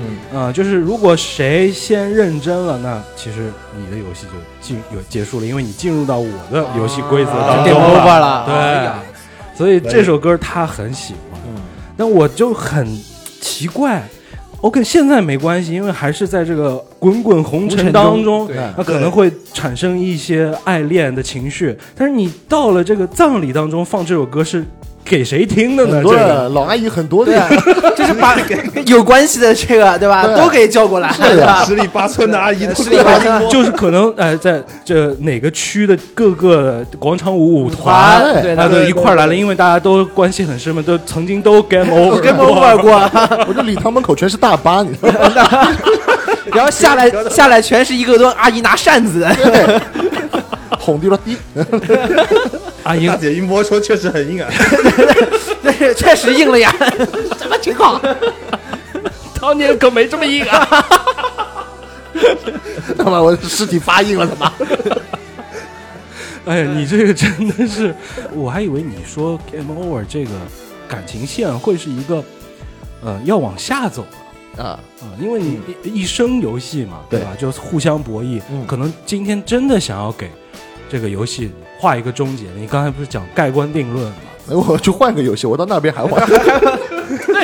B: 嗯啊、就是如果谁先认真了，那其实你的游戏就进有结束了，因为你进入到我的游戏规则当中
E: 啊，game
B: 了。
E: over 了。哎呀
B: 对，所以这首歌他很喜欢，但我就很奇怪。OK，现在没关系，因为还是在这个滚滚红尘当中，
E: 对
B: 那可能会产生一些爱恋的情绪。但是你到了这个葬礼当中放这首歌是给谁听的呢？
C: 很
B: 这
C: 多
B: 个
C: 人老阿姨很多的
E: 对
C: 呀
E: 啊，就是把有关系的这个，对吧？
C: 对
E: 都给叫过来，
C: 是
E: 对吧？
D: 十里八村的阿姨都
E: 十里八村
B: 就是可能呃，在这哪个区的各个广场舞舞团
E: 团，对
B: 啊，
E: 的
B: 对一块儿来了，因为大家都关系很深嘛，都曾经都 game over
E: game over 过，
C: 我这礼堂门口全是大巴，你知道吗？
E: 然后下 *laughs* 来下来全是一个多阿姨拿扇子， *laughs*
C: 红地了地，
B: 阿姨
D: 大姐一摸说确实很硬啊，
E: 但是确实硬了呀，什么情 *laughs* 况？
B: 当年可没这么硬啊。
C: 他妈我尸体发硬了，他妈！
B: 哎呀，你这个真的是，我还以为你说 game over 这个感情线会是一个，呃，要往下走
C: 啊，
B: 啊、因为你一一生游戏嘛，对吧？嗯就是互相博弈，可能今天真的想要给这个游戏画一个终结。你刚才不是讲盖棺定 *laughs* 论吗？
C: 我去换个游戏，我到那边还 *laughs* 玩。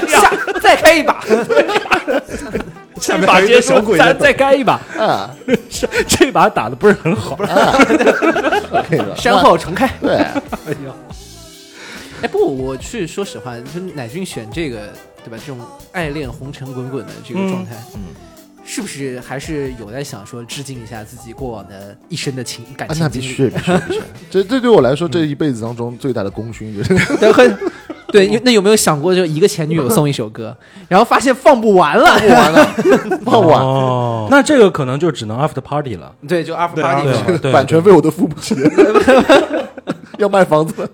E: 下再开一把，
D: 下面还有一个小鬼嗯
B: 咱
D: 在
B: 再干一把， *laughs*
C: 啊，
B: 这把打的不是很好。
C: 可以了。
E: 山后重开。
C: *laughs* 对，啊
E: 哎，不过我去，说实话，就是乃俊选这个，对吧？这种爱恋红尘滚滚的这个状态，嗯，是不是还是有在想说致敬一下自己过往的一生的情感
C: 啊，
E: 情
C: 那
E: 经
C: 必
E: 历？
C: 须必须必 *laughs* 须。这这对我来说，这一辈子当中最大的功勋就是 *laughs*
E: 对，很对。有那有没有想过，就一个前女友送一首歌，然后发现放不完了？
C: 玩了，傍晚
B: 哦，那这个可能就只能 after party 了。
E: *laughs*
B: *laughs*
E: 对，就 after
D: 对啊
E: party
B: 对
E: 嘛
B: 对对，
C: 版权费我都付不起，要卖房子 *laughs* 了。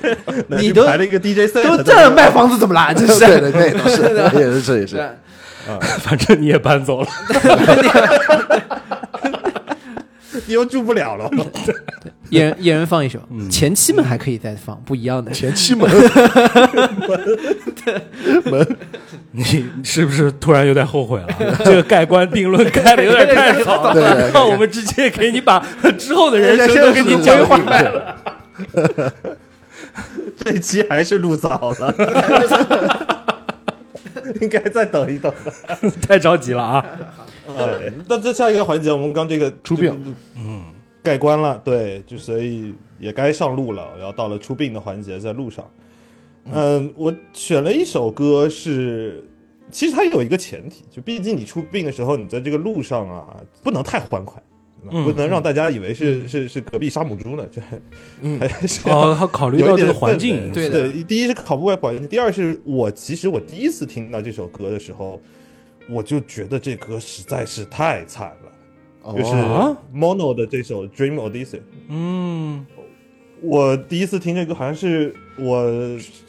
E: *laughs* 你都
D: 排了一个 DJ set，
E: 都这卖房子怎么 *laughs* 啦？真是。
C: 对对对，倒是也是这也是。
E: 对
B: 反正你也搬走了。
D: *laughs* 你又住不了了。
E: 一人一人放一首，前妻们还可以再放不一样 *laughs* 的。
C: 前妻门， *laughs*
B: 你是不是突然有点后悔了？ *laughs* 这个盖棺定论盖的有点太早
C: 对对对
B: 了，让我们直接给你把之后的人生都给你规划
C: 卖
B: 了。
C: 了。
D: 这期还是录早了， *laughs* 应该再等一等。
B: 太着急了啊！
D: 对， *laughs* 那这下一个环节，我们刚这个
C: 出殡，
D: 嗯，盖棺了，对，就所以也该上路了，然后到了出殡的环节，在路上，嗯，我选了一首歌是，其实它有一个前提，就毕竟你出殡的时候，你在这个路上啊，不能太欢快。不能让大家以为是、是是隔壁杀母猪呢， *laughs* 这，嗯，还是要
B: 哦，他考虑到这个环境因素，
E: 对的
D: 对，第一是考不外环境，第二是我其实我第一次听到这首歌的时候，我就觉得这歌实在是太惨了，
B: 哦
C: 哦
D: 就是 Mono 的这首《Dream Odyssey》。
B: 嗯，
D: 我第一次听这歌好像是我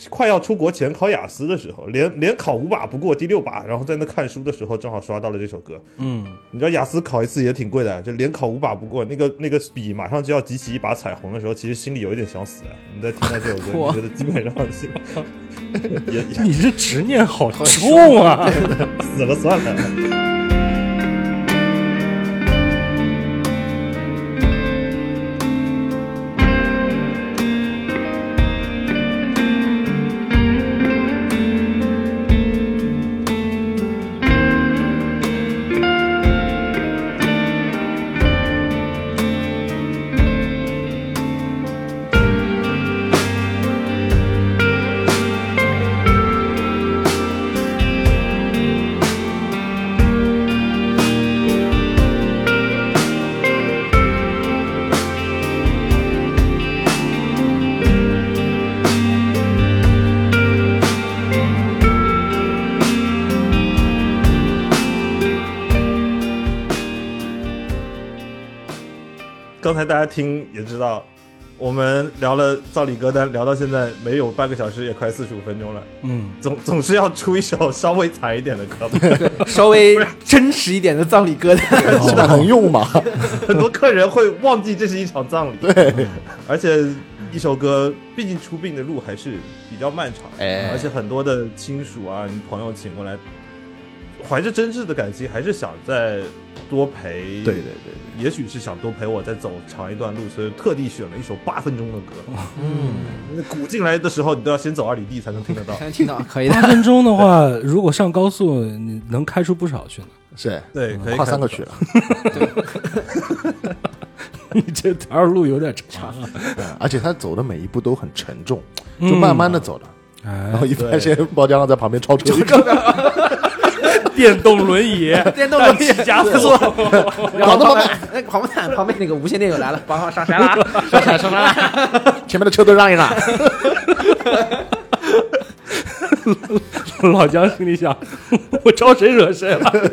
D: 快要出国前考雅思的时候，连连考五把不过第六把，然后在那看书的时候正好刷到了这首歌。
B: 嗯，
D: 你知道雅思考一次也挺贵的，就连考五把不过，那个那个笔马上就要集齐一把彩虹的时候，其实心里有一点想死。啊你在听到这首歌，
E: 哇
D: 你觉得基本上 *laughs* 是也也
B: 你这执念好重 *laughs* 啊！
D: 死了算了。
G: Dream
D: 刚才大家听也知道，我们聊了造理歌单，聊到现在没有半个小时，也快四十五分钟了，
B: 嗯，
D: 总总是要出一首稍微惨一点的歌吧。
E: 稍微真实一点的葬礼歌 *laughs* 单，
C: 这能用吗？
D: 很多客人会忘记这是一场葬礼。对，而且一首歌，毕竟出殡的路还是比较漫长，
C: 哎
D: 而且很多的亲属啊、你朋友请过来，怀着真挚的感情，还是想再多陪。
C: 对对对
D: 也许是想多陪我再走长一段路，所以特地选了一首八分钟的歌。嗯，鼓进来的时候，你都要先走二里地才能听得到。
E: 能听到可以
B: 八
E: *laughs* 的。
B: 分钟的话，如果上高速，你能开出不少去呢。
C: 对，是
D: 对，可以
C: 跨三
D: 看
C: 个
D: 得
C: 区
D: 到
C: 了。
B: *laughs* 你这条路有点长，啊
C: 而且他走的每一步都很沉重，就慢慢的走的。然
B: 哎
C: 后，一发现包浆在旁边超车，
B: *laughs* 电动轮椅， *laughs*
E: 电动 *laughs* 轮椅
B: 但起加速，
E: 然
C: *laughs* 搞 *laughs*
E: 后旁
C: 那么
E: 边那旁边旁边那个无线电又来了，帮我上山啦，上山上山啦，
C: 前面的车都让一让。
B: *laughs* 老姜心里想：我招谁惹谁了？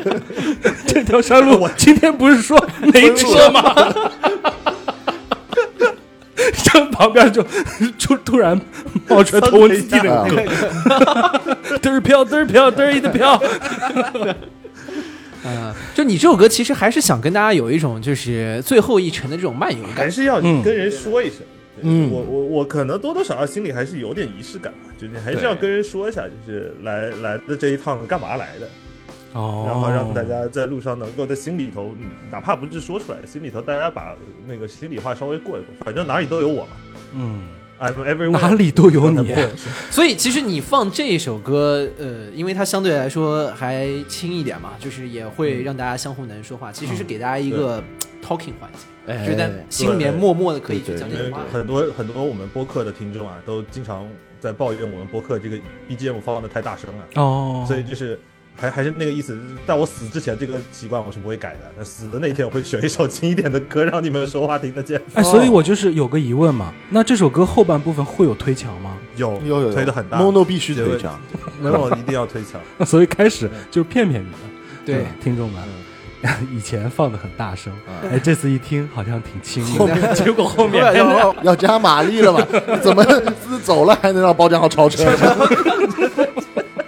B: 这条山路，我今天不是说没车吗？这旁边就 *laughs* 就突然冒出来头文字 D 的
C: 啊
B: *laughs* 嘚儿飘嘚儿飘嘚儿一的飘，
E: 嗯，就你这首歌其实还是想跟大家有一种就是最后一程的这种漫游感，
D: 还是要
B: 嗯
D: 跟人说一声。
C: 嗯
D: 我我我可能多多少少心里还是有点仪式感吧，就你还是要跟人说一下，就是来来的这一趟干嘛来的，
B: 哦
D: 然后让大家在路上能够在心里头，嗯哪怕不是说出来，心里头大家把那个心里话稍微过一过，反正哪里都有我嘛
B: 嗯，
D: ，I'm everywhere，
B: *laughs* 哪里都有你，
E: 所以其实你放这首歌，呃，因为它相对来说还轻一点嘛，就是也会让大家相互能说话，其实是给大家一个 talking 环节，
C: 哎
E: 就是在心里面默默的可以去讲这
D: 对
E: 些话。
D: 很多很多我们播客的听众啊，都经常在抱怨我们播客这个 BGM 放的太大声了，啊
B: 哦
D: 所以就是还还是那个意思，在我死之前这个习惯我是不会改的。那死的那天我会选一首轻一点的歌，让你们说话听得见。
B: 哎，所以我就是有个疑问嘛，那这首歌后半部分会有推墙吗？ *laughs*
D: 有
C: 有有
D: 推的很大
C: mono 必须推墙，
D: 没有一定要推墙。
B: 所以开始就是骗骗你的，
E: 对，
B: 嗯听众们。 *laughs* 以前放的很大声，哎，这次一听好像挺 *laughs* 轻的，
C: 后面
B: 结果后面
C: 要加马力了嘛？ *laughs* 怎么走了还能让包浆号超
D: *laughs*
C: 车？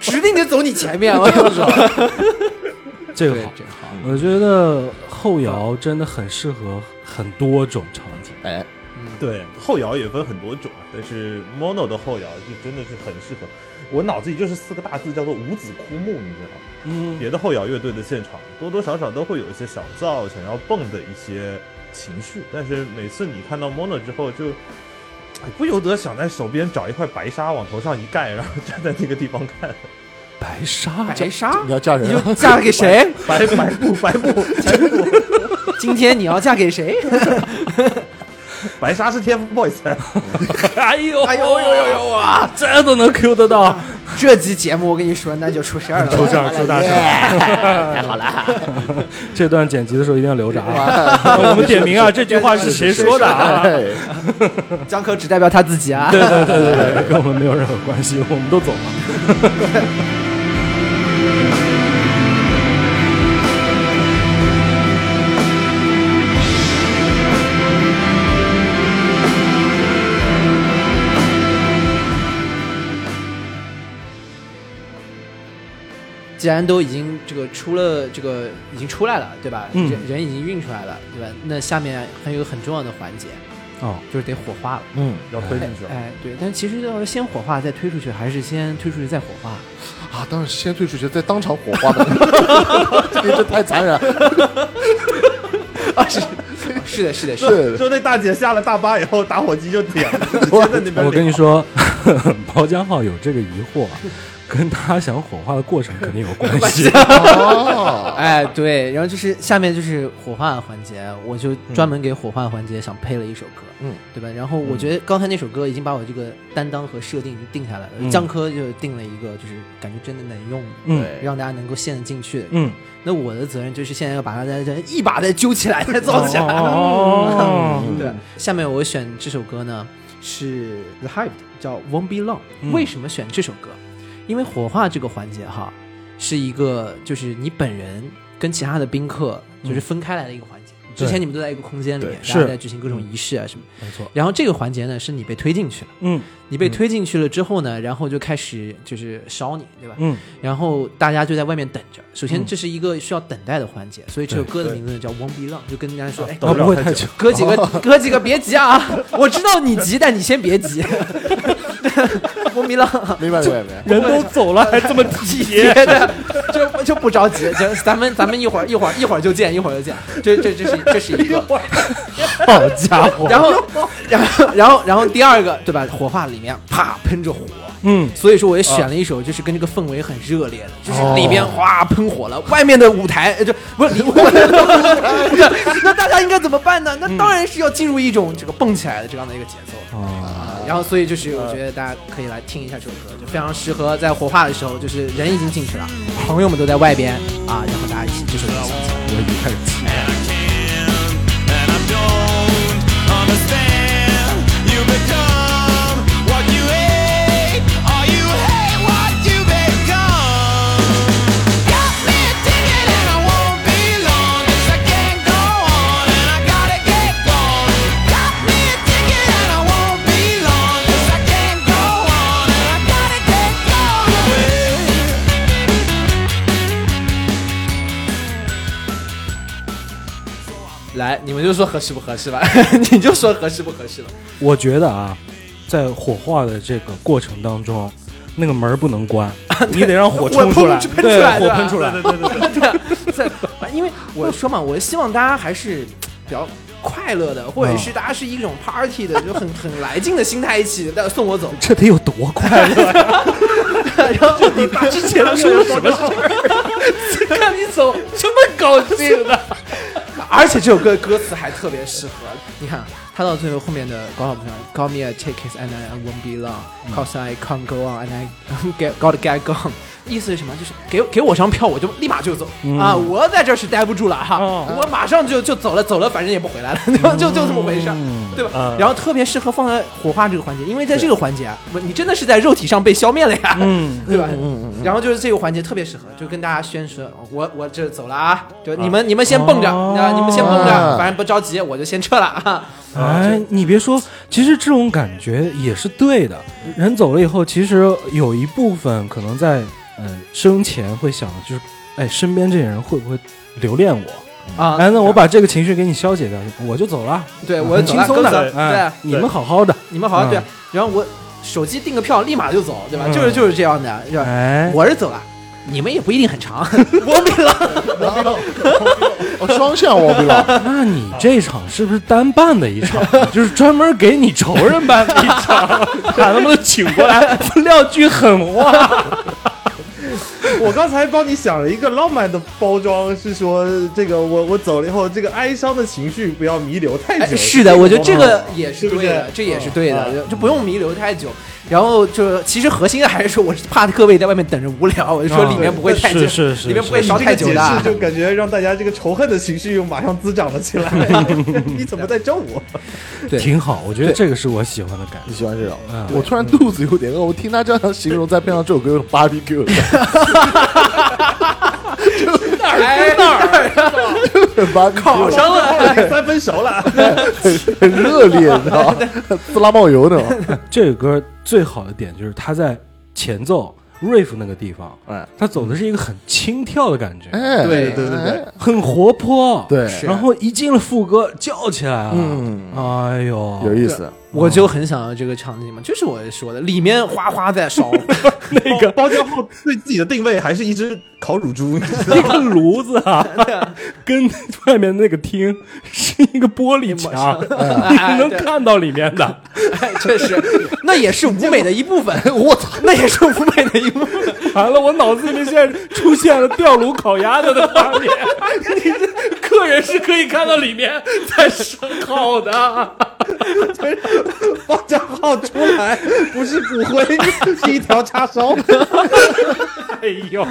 E: 指定得走你前面，我跟你说。
B: 这个好，嗯
E: 真好。
B: 我觉得后摇真的很适合很多种场景。
C: 哎，
D: 对，后摇也分很多种啊，但是 mono 的后摇就真的是很适合。我脑子里就是四个大字，叫做五子枯木，你知道吗？
B: 嗯，
D: 别的后摇乐队的现场，多多少少都会有一些小噪，想要蹦的一些情绪，但是每次你看到 mono 之后就。哎不由得想在手边找一块白纱往头上一盖，然后站在那个地方看
B: 白纱，
E: 白纱
C: 你，要嫁
E: 你
C: 人啊？
E: 就嫁给谁？
D: 白白布白布白布，
E: 今天你要嫁给谁？
D: 白纱是 TFBOYS，
B: 哎呦
E: 哎呦呦呦呦
B: 啊，这都能 Q 得 *laughs* 到，
E: 这期节目我跟你说，那就出事儿了。
B: 出事儿出大事儿， *laughs* 这段剪辑的时候一定要留着啊！ *laughs* 我们点名啊，这句话是谁说的啊？ *laughs*
C: 哎，
E: 江科只代表他自己啊。
B: 对对对对对，跟我们没有任何关系，我们都走了。
E: 既然都已经这个出了，这个已经出来了，对吧？
B: 嗯
E: 人人已经运出来了，对吧？那下面还有一个很重要的环节，
B: 哦，
E: 就是得火化了。
C: 嗯，
D: 要推进去了。
E: 哎，对，但其实要是先火化再推出去，还是先推出去再火化。
C: 啊，当然是先退出去，再当场火
D: *laughs*
C: 化吧。这个这太残忍了，
E: 是的，是的，是的。
C: 是
D: 说那大姐下了大巴以后，打火机就点了，直接在那
B: *laughs*
D: 边。
B: 我跟你，说，包浆浩有这个疑惑 *laughs* 啊，跟他想火化的过程肯定有 *laughs* 关系。
C: 哦，
E: *laughs* 哎，对，然后就是下面就是火化环节，我就
B: 嗯
E: 专门给火化环节想配了一首歌，
C: 嗯，
E: 对吧？然后我觉得刚才那首歌已经把我这个担当和设定已经定下来了，
B: 嗯
E: 江科就定了一个，就是感觉真的能用的，
B: 嗯
E: 让大家能够陷得进去的。
B: 嗯，
E: 那我的责任就是现在要把它再再一把再揪起来，再造起来。
B: 哦，
E: *laughs* 对，下面我选这首歌呢是 The Hype 的叫 Won't Be Long。
B: 嗯
E: 为什么选这首歌？因为火化这个环节哈，是一个就是你本人跟其他的宾客就是分开来的一个环节。之
B: 嗯对
E: 前你们都在一个空间里面，
B: 对
E: 大家
B: 是
E: 在举行各种仪式啊什么。
B: 没错，
E: 然后这个环节呢，是你被推进去了，
B: 嗯
E: 你被推进去了之后呢，然后就开始就是烧你，对吧？
B: 嗯，
E: 然后大家就在外面等着。首先，这是一个需要等待的环节，所以这首歌的名字叫《Won't Be Long》，就跟大家说，哎，
B: 啊，不会太久，
E: 哥几个， *laughs* 哥几个别急啊！我知道你急，但你先别急。我迷了，
C: 明白明白明白。
B: 人都走了还这么体
E: 别的 *laughs* 就就不着急，就咱们咱们一会儿一会儿一会儿就见，一会儿就见。这这这是这是 *laughs* 一个，
B: 好家伙，
E: 然后然后然后然后第二个对吧？火化里面啪喷着火。
B: *laughs* 嗯，
E: 所以说，我也选了一首，就是跟这个氛围很热烈的，就是里边哗喷火了，外面的舞台呃就不是里 *laughs* 不是，那大家应该怎么办呢？那当然是要进入一种这个蹦起来的这样的一个节奏啊。然后，所以就是我觉得大家可以来听一下这首歌，就非常适合在火化的时候，就是人已经进去了，朋友们都在外边啊，然后大家一起这首歌一起听。
B: 我已经开始气了，
E: *laughs* 来，你们就说合适不合适吧， *laughs* 你就说合适不合适吧。
B: 我觉得啊，在火化的这个过程当中，那个门儿不能 *laughs* 关，你得让火冲出来，
E: 火喷出来
B: 对，
E: 对
B: 火
E: 吧
B: 喷出来，。
E: *laughs* 在，因为我说嘛，我希望大家还是比较快乐的，或者是大家是一种 party 的，就很很来劲的心态一起带送我走
B: 这得有多快啊乐？
E: 然后你把之前说了什么事儿？看你走，这么高兴的。 *laughs* 而且这首歌歌词还特别适合，你看他到最后后面的高晓松，Call me a ticket and I won't be
B: 嗯
E: long, cause I can't go on and I *laughs* get got to get gone。意思是什么？就是给给我张票，我就立马就走、啊！我在这儿是待不住了哈，
B: 嗯哦嗯
E: 我马上就就走了，走了反正也不回来了，对吧？ *laughs* 就就这么回事儿，对吧？
B: 啊
D: 嗯
E: 然后特别适合放在火化这个环节，因为在这个环节啊，不你真的是在肉体上被消灭了呀，
B: 嗯
E: *laughs* 对吧？然后就是这个环节特别适合，就跟大家宣誓，我我这走了啊，就你们你们先蹦着，
B: 哦
E: 啊，你们先蹦
C: 啊
E: 着，反正不着急，我就先撤了啊。
B: 哎，你别说，其实这种感觉也是对的。人走了以后，其实有一部分可能在呃生前会想，就是哎，身边这些人会不会留恋我？*laughs*
E: 啊，
B: 哎，那我把这个情绪给你消解掉，我就走了，
E: 对我
B: 很
E: 走
B: 轻
E: 了
B: 松的
E: 各自，
B: 哎
E: 对，啊
B: 你们好好的，
E: 你们好，
B: 嗯
E: 对，然后我手机订个票，立马就走，对吧？
B: 嗯
E: 就是就是这样的，是吧？
B: 哎，
E: 我是走了，你们也不一定很
B: *laughs*
E: 长，我没了。
C: 哦，双向我不了，
B: 那你这场是不是单办的一
E: *laughs*
B: 场？就是专门给你仇人办的一场，把他们都请过
E: *laughs*
B: 来，撂句狠话。
D: *laughs* 我刚才帮你想了一个浪漫的包装，是说这个我我走了以后，这个哀伤的情绪不要弥留太
B: 哎
D: 久。
E: 是的，我觉得哎这个
D: 哦
E: 也是
D: 不
E: 对的，这也是嗯对
D: 啊
E: 的，就就不用弥留太久。然后就其实核心的还是说，我是怕各位在外面等着无聊，我就说
B: 啊
E: 里面不会太久，
B: 是是是
E: 里面不会
D: 你
E: 烧
D: 这
E: 太
D: 个
E: 久
D: 解
E: 的。
D: 释就感觉让大家这个仇恨的情绪又马上滋长了
E: *laughs*
D: 起来。你怎么在咒我？
E: 对
B: 挺好，我觉得
E: 对
B: 这个是我喜欢的感
C: 你
B: 觉。
C: 喜欢这种
B: 嗯？
C: 我突然肚子有点饿，我听他这样形容，再配上这首歌，有种 barbecue 的
D: *laughs*
C: 感
E: 哪儿哪儿
C: 觉，barbecue
E: 烤
C: 的
E: 上了？
D: 三分熟了，
C: 很热烈，你知道
D: *laughs*
C: 吗？滋啦冒油那种。
B: 这个歌最好的点就是它在前奏 riff 那个地方，
C: 哎
B: 它走的是一个很轻跳的感觉，
C: 哎，
E: 对
D: 对对对
C: 哎，
B: 很活泼。
C: 对
E: 是
B: 然后一进了副歌，叫起来了。
C: 嗯，
B: 哎呦，
C: 有意思。
E: 我就很想要这个场景嘛，就是我说的，里面哗哗
B: *laughs*
E: 在烧，
D: 那个包浆后对自己的定位还是一只烤乳猪，
B: 那个炉子
C: *laughs*
B: 啊，跟外面那个厅是一个玻璃墙，
E: 哎
B: *laughs* 你能
E: 对
B: 看到里面的。
E: 哎 *laughs* 确实，那也是舞美的一 *laughs* 部分，
C: 我操！
E: 那也是舞美的一部分。 *laughs*
B: 完了，我脑子里面现在出现了吊炉烤鸭的的画
C: *laughs*
B: 面。你客人是可以看到里面在烤的，
D: 包浆号出来不是骨灰， *laughs* 是一条叉烧。
B: 哎呦，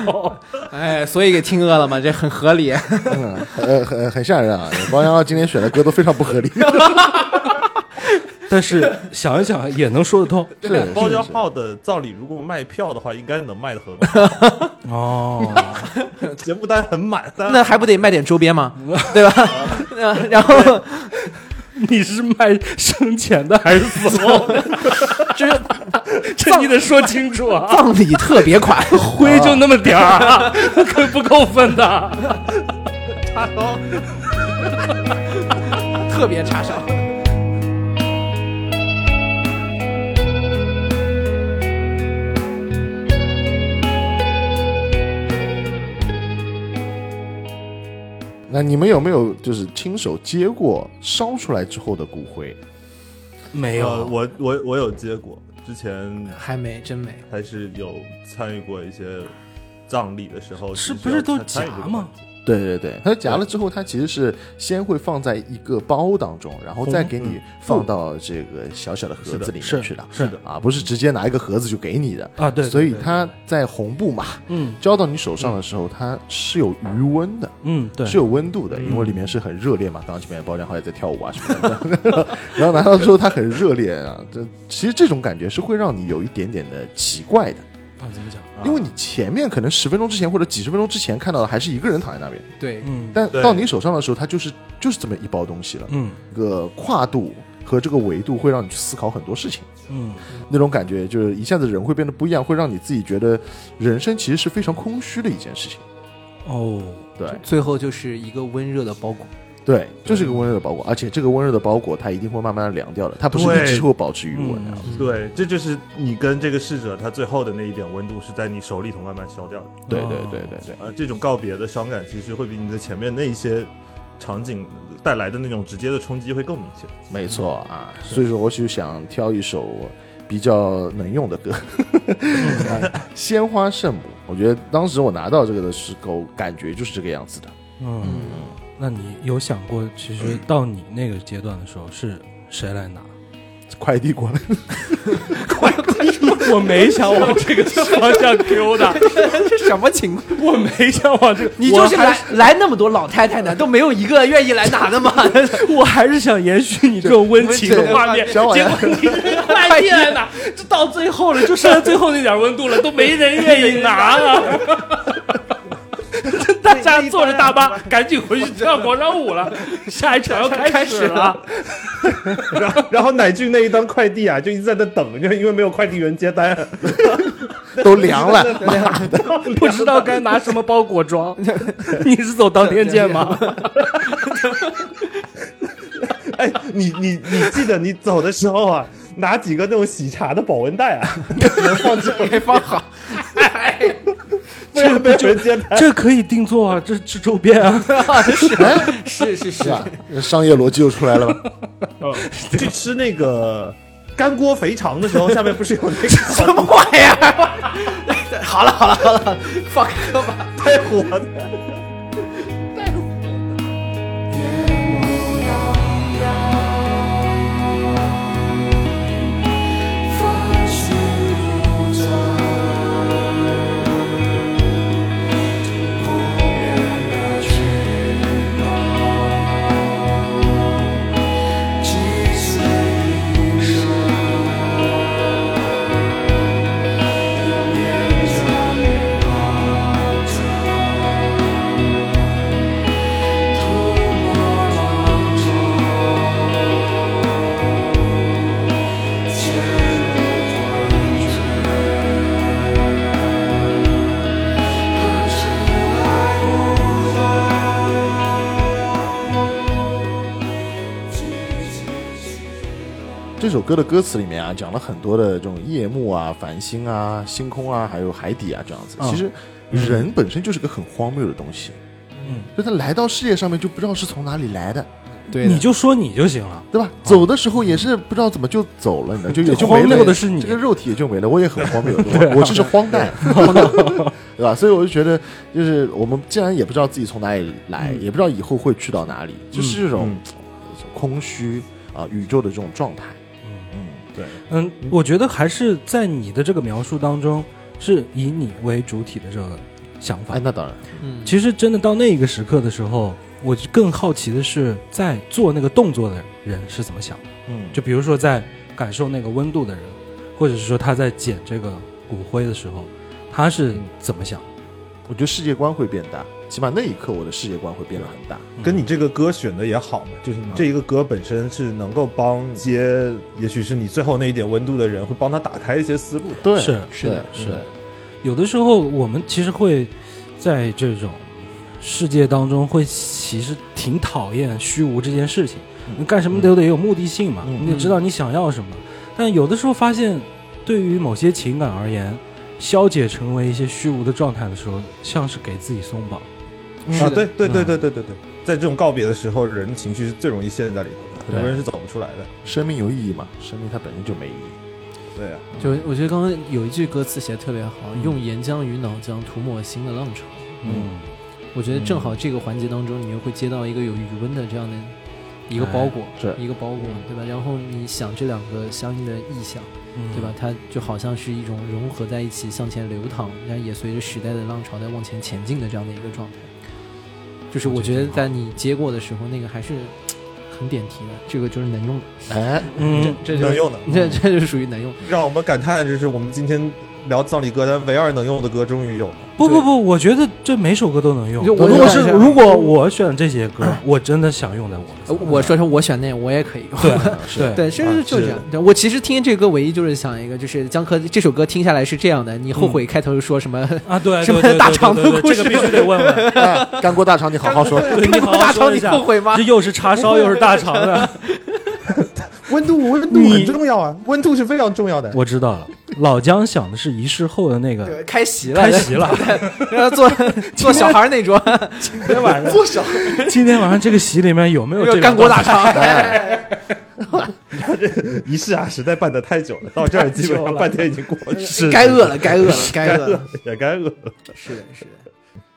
E: 哎，所以给听饿了嘛，这很合 *laughs* 理。
C: 嗯 *laughs* 呃，很很吓人啊！王阳今天选的歌都非常不合理。
B: 但是想一想也能说得通。
C: 对是
D: 包浆
C: 是
D: 号的，照理如果卖票的话，应该能卖的很
E: *laughs*
B: 哦，
D: 好，节目单很满。但
E: 那还不得卖点周边 *laughs* 吗？对吧？嗯然后
B: *laughs* 你是卖生前 *laughs* 的还是死后的？
E: 就是
B: *laughs* 这你得说清楚 *laughs* 啊！
E: 葬礼特别款，
B: 灰就那么点儿啊， *laughs* 可不够分的。
E: *laughs* 特别叉烧。
C: *laughs* 那你们有没有就是亲手接过烧出来之后的骨灰？
B: 没
D: 呃，
B: 有，
D: 我我我有接过，之前
E: 还没，真没。
D: 还是有参与过一些葬礼的时候，
B: 是
D: 其实
B: 不是
D: 有
B: 都
D: 参参与
B: 夹
D: 这个
B: 吗
D: 环节？
C: 对对对，它夹了之后，它其实是先会放在一个包当中，然后再给你放到这个小小的盒子里
B: 嗯是
C: 面
B: 的
C: 去的。
B: 是的是
C: 啊，不是直接拿一个盒子就给你的
B: 啊对对
C: 所以
B: 对对
C: 它在红布嘛，
B: 嗯
C: 交到你手上的时候，它是有余温的。
B: 嗯，对，
C: 是有温度的，因为里面是很热烈嘛。刚刚前面包浆好像在跳舞啊什么的， *laughs* 然后拿到之后它很热烈啊，这其实这种感觉是会让你有一点点的奇怪的，
B: 啊，怎么讲？
C: 因为你前面可能十分钟之前或者几十分钟之前看到的还是一个人躺在那边，
E: 对，
B: 嗯
C: 但
D: 对
C: 到你手上的时候，它就是就是这么一包东西了。
B: 嗯
C: 这个跨度和这个维度会让你去思考很多事情，
B: 嗯，
C: 那种感觉就是一下子人会变得不一样，会让你自己觉得人生其实是非常空虚的一件事情。
B: 哦，
C: 对
E: 最后就是一个温热的包裹。
C: 对，就是一个温热的包裹，而且这个温热的包裹它一定会慢慢的凉掉的，它不是
D: 对
C: 一直会保持余温
B: 嗯
C: 的。
D: 对，这就是你跟这个逝者他最后的那一点温度是在你手里头慢慢消掉的。
C: 对
B: 哦
C: 对对对对，
D: 呃，这种告别的伤感，其实会比你的前面那一些场景带来的那种直接的冲击会更明
B: *laughs*
D: 显。
C: 没错啊。所以说，我就想挑一首比较能用的歌，《 *laughs* 鲜花圣母》。我觉得当时我拿到这个的时候，感觉就是这个样子的。
B: 嗯，那你有想过，其实到你那个阶段的时候是谁来拿？
C: 快递过来，
B: *laughs* 我没想往这个方向丢 *laughs* 的，
E: *laughs* 这什么情况？
B: 我没想往这个，
E: 你就是来来那么多老太太呢，都没有一个愿意来拿的 *laughs* 吗？
B: *laughs* 我还是想延续你这种温情的画面，
C: 对
B: 结
C: 小
B: 果
C: 婉
B: 你
C: *laughs*
B: 这快递来拿，这到最后了，就剩下最后那点温度了，都没人愿意拿
C: *laughs*
B: 了。大家坐着大巴赶紧回去跳广场舞
C: *laughs*
B: 了，下一场要开始了。
D: 然后，然后乃俊那一当快递啊，就一直在那等，就因为没有快递员接单。啊
C: 都凉了。
B: 不知道该拿什么包裹
C: *laughs*
B: 装，你是走当天见吗？
D: 哎，你你你记得你走的时候啊，拿几个那种喜茶的保温袋啊，
B: *laughs*
D: 能放这
E: 没放好，
D: 不然没有人接单。
B: 这可以定做啊，这是周边啊。
E: *laughs* 是是是
C: 是，啊，商业逻辑又出来了吧？
D: *laughs* 去吃那个干锅肥肠的时候，下面不是有 *laughs* 那个
E: 什么玩意儿？好了好了好了，放歌吧。
D: 太火了？
F: 风雪无常，不变的翅膀，击碎衣裳，迎面擦泪爬着，涂抹浪潮。千古幻觉，可是爱无法继续。
C: 这首歌的歌词里面啊，讲了很多的这种夜幕啊、繁星啊、星空啊，还有海底啊这样子。
B: 嗯
C: 其实人本身就是个很荒谬的东西，嗯，就他来到世界上面就不知道是从哪里来的，
E: 对
B: 你就说你就行了。
C: 对吧？走的时候也是不知道怎么就走了，你知道，就也就
B: 嗯荒
C: 没了
B: 谬的是你啊
C: 这个肉体也就没了，我也很荒谬，我我这是荒
B: *laughs*
C: 诞， *laughs* 对吧？所以我就觉得，就是我们既然也不知道自己从哪里来，
B: 嗯
C: 也不知道以后会去到哪里，就是这种空虚啊、宇宙的这种状态。
B: 嗯，我觉得还是在你的这个描述当中，是以你为主体的这个想法
C: 哎，。那当然，
E: 嗯
B: 其实真的到那一个时刻的时候，我就更好奇的是，在做那个动作的人是怎么想的。
D: 嗯，
B: 就比如说在感受那个温度的人，或者是说他在捡这个骨灰的时候，他是怎么想的？
C: 我觉得世界观会变大，起码那一刻我的世界观会变得很大。
D: 跟你这个歌选的也好嘛，就是你这一个歌本身是能够帮接，也许是你最后那一点温度的人，会帮他打开一些思路的。
C: 对，
B: 是
C: 是的，
B: 是的有的时候我们其实会在这种世界当中，会其实挺讨厌虚无这件事情。你干什么都得有目的性嘛，
D: 嗯
B: 你得知道你想要什么。但有的时候发现，对于某些情感而言，消解成为一些虚无的状态的时候，像是给自己松绑。
E: 是
D: 啊，
E: 的
D: 对对对对对对对，在这种告别的时候，人的情绪是最容易陷在里头的，很多人是走不出来的。
C: 生命有意义吗？生命它本身就没意义。
D: 对啊，
E: 就我觉得刚刚有一句歌词写的特别好，
D: 嗯
E: 用岩浆与脑浆涂抹新的浪潮。
B: 嗯，
E: 我觉得正好这个环节当中，你又会接到一个有余温的这样的一个包裹，
C: 是
D: 嗯
E: 一个包裹，对吧？然后你想这两个相应的意象，
D: 嗯
E: 对吧？？它就好像是一种融合在一起向前流淌，但也随着时代的浪潮在往前前进的这样的一个状态。就是我觉得在你接过的时候，那个还是嘖很点题的，这个就是能用的，
C: 哎，
B: 嗯，
E: 这就
D: 能用的。
E: 这这就属于能用。
D: 让我们感叹的就是，我们今天聊葬礼歌单，唯二能用的歌终于有了。
B: 不不不，我觉得这每首歌都能用。
E: 就我
B: 如果
E: 也
B: 是
E: 是
B: 如果我选这些歌，我真的想用在我的
E: 呃
B: 葬
D: 嗯
B: 礼。
E: 我说说我选那，我也可
D: *laughs*
E: 以用。
B: 对
E: 对，甚至
D: 啊
E: 就是这样。对我其实听这个歌，唯一就是想一个，就是江科这首歌听下来是这样的，你后
B: 嗯
E: 悔开头说什么？
B: 啊，对，
E: 什么
B: 对对对
E: 大肠的
B: 对对
E: 故
B: 这
E: 事
B: 个必须得问问。
C: 哎干锅大肠，你好好说。
B: 对你好好
E: *laughs* 大
B: 说
E: 肠
B: 一
E: 你
B: 下
E: 后悔吗
B: 这？又是叉烧又是大肠的，
D: 温度，温度很重要啊，温度是非常重要的。
B: *laughs* 我知道了。老姜想的是仪式后的那个
E: *laughs* 对开席了，
B: 开
E: *laughs*
B: 席了，*laughs*
E: 然后做做小孩那桌，
B: 今天晚上做小。今天晚上这个席里面有没有这
E: 有
B: 种
E: 干锅大哎肠。
B: 哎
D: *laughs* 仪式啊，实在办得太久了，到这儿基本上半天已经过
E: *laughs*
D: 去了，
E: 该饿了，该饿了，该
B: *laughs*
E: 饿了。
D: 也该饿了。
E: 是的，是的。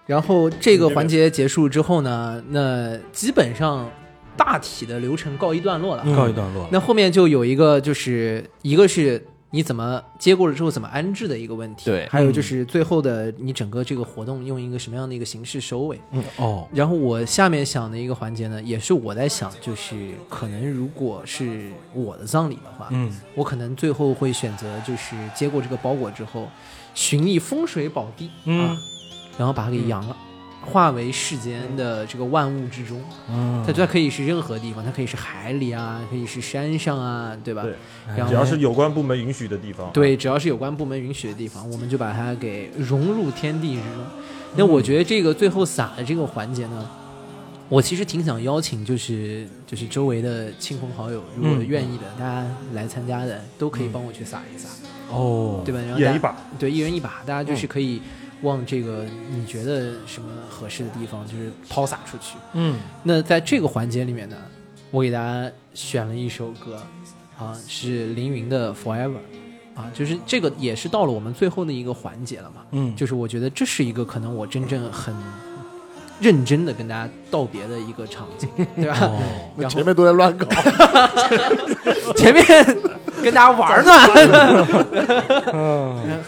E: 然后这
B: 嗯
E: 个环节结束之后呢，那基本上大体的流程告一段落了。啊
B: 嗯告一段落了？
E: 那后面就有一个，就是一个是你怎么接过了之后怎么安置的一个问题，
C: 对
E: 还
B: 嗯
E: 有就是最后的你整个这个活动用一个什么样的一个形式收尾。
B: 哦，
E: 然后我下面想的一个环节呢，也是我在想，就是可能如果是我的葬礼的话，
B: 嗯，
E: 我可能最后会选择就是接过这个包裹之后，寻一风水宝地，
B: 嗯
E: 啊，然后把它给扬了。化为世间的这个万物之中，
B: 嗯
D: 嗯
E: 它它可以是任何地方，它可以是海里啊，可以是山上啊，对吧？
D: 对
B: 哎
E: 然后
D: 只要是有关部门允许的地方，，
E: 对，只要是有关部门允许的地方，我们就把它给融入天地之中。那
D: 嗯
E: 我觉得这个最后撒的这个环节呢，我其实挺想邀请，就是就是周围的亲朋好友，如果
B: 嗯
E: 愿意的，大家来参加的，都可以帮我去撒一撒，
B: 哦，
E: 对吧？然后大
D: 演
E: 家
D: 嗯一把，嗯
E: 对，一人一把，大家就是可以往这个你觉得什么合适的地方，就是抛洒出去。
B: 嗯，
E: 那在这个环节里面呢，我给大家选了一首歌，啊，是凌云的《Forever》，啊，就是这个也是到了我们最后的一个环节了嘛，
B: 嗯
E: 就是我觉得这是一个可能我真正很认真的跟大家道别的一个场景，对吧？
B: 哦
E: 然后
C: 前面都在乱搞，
E: 前面 *laughs* 跟大家玩呢，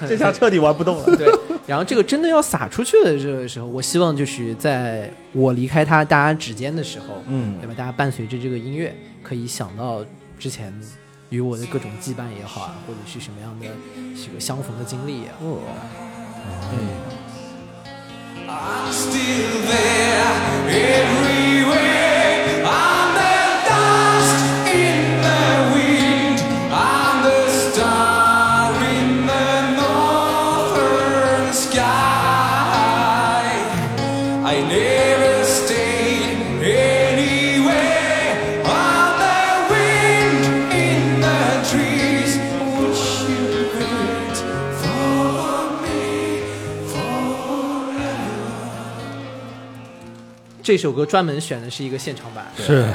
D: 这下彻底玩不动了。
E: 对， *laughs* 然后这个真的要撒出去的这个时候，我希望就是在我离开他大家指尖的时候，
B: 嗯
E: 对吧？大家伴随着这个音乐，可以想到之前与我的各种羁绊也好啊，或者是什么样的这个相逢的经历也好，啊
B: 哦
G: still there everywhere. I'm the dust in the wind. I'm the star in the northern sky. I never stayed anywhere. I'm the wind in the trees. Would you wait for me forever?
E: 这首歌专门选的是一个现场版，
B: 是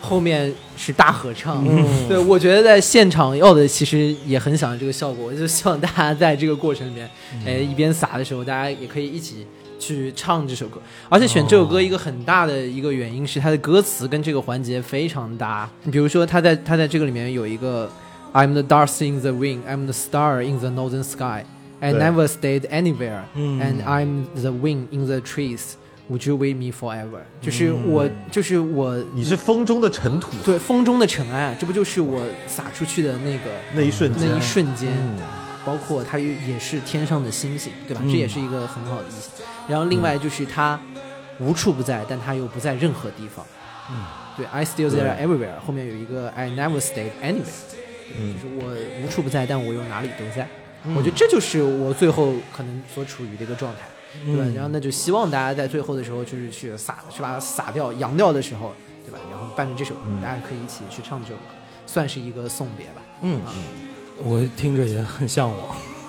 E: 后面是大合唱。对，我觉得在现场要的其实也很想这个效果，我就希望大家在这个过程里面，哎，一边撒的时候，大家也可以一起。去唱这首歌，而且选这首歌一个很大的一个原因是它的歌词跟这个环节非常搭。比如说，他在他在这个里面有一个 "I'm the dust in the wind, I'm the star in the northern sky, I
D: 对
E: never stayed anywhere,
B: 嗯
E: and I'm the wind in the trees." Would you wait me forever？就是我，就是我，
D: 你是风中的尘土，
E: 对风中的尘埃啊，这不就是我撒出去的那个
D: 那一瞬间，嗯
E: 那一瞬间，包括它也也是天上的星星，对吧？这也是一个很好的意思。然后另
D: 嗯
E: 外就是它无处不在，但它又不在任何地方。嗯，对，I still there everywhere，后面有一个 I never stayed anywhere，
D: 嗯
E: 就是我无处不在，但我又哪里都在。我觉得这就是我最后可能所处于的一个状态，对
D: 嗯
E: 吧？然后那就希望大家在最后的时候，就是去撒，去把它撒掉、扬掉的时候，对吧？然后伴着这首歌，大家可以一起去唱这首歌，算是一个送别吧。
D: 嗯，
B: 我听着也很向往。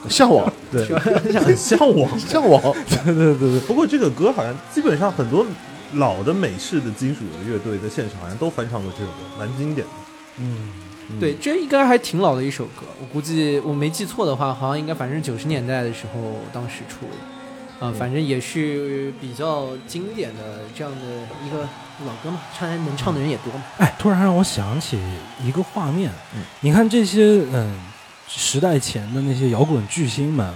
C: 向往，
D: 对，很向往。
C: 向
D: *laughs*
C: 往，
B: 对对对对，
D: 不过这个歌好像基本上很多老的美式的金属的乐队在现场好像都翻唱过这首歌，蛮经典的。
E: 对，这应该还挺老的一首歌，我估计我没记错的话，好像应该反正九十年代的时候当时出的，啊、反正也是比较经典的这样的一个老歌嘛，唱来能唱的人也多嘛。
B: 哎，突然让我想起一个画面，
H: 嗯
B: 你看这些嗯时代前的那些摇滚巨星们，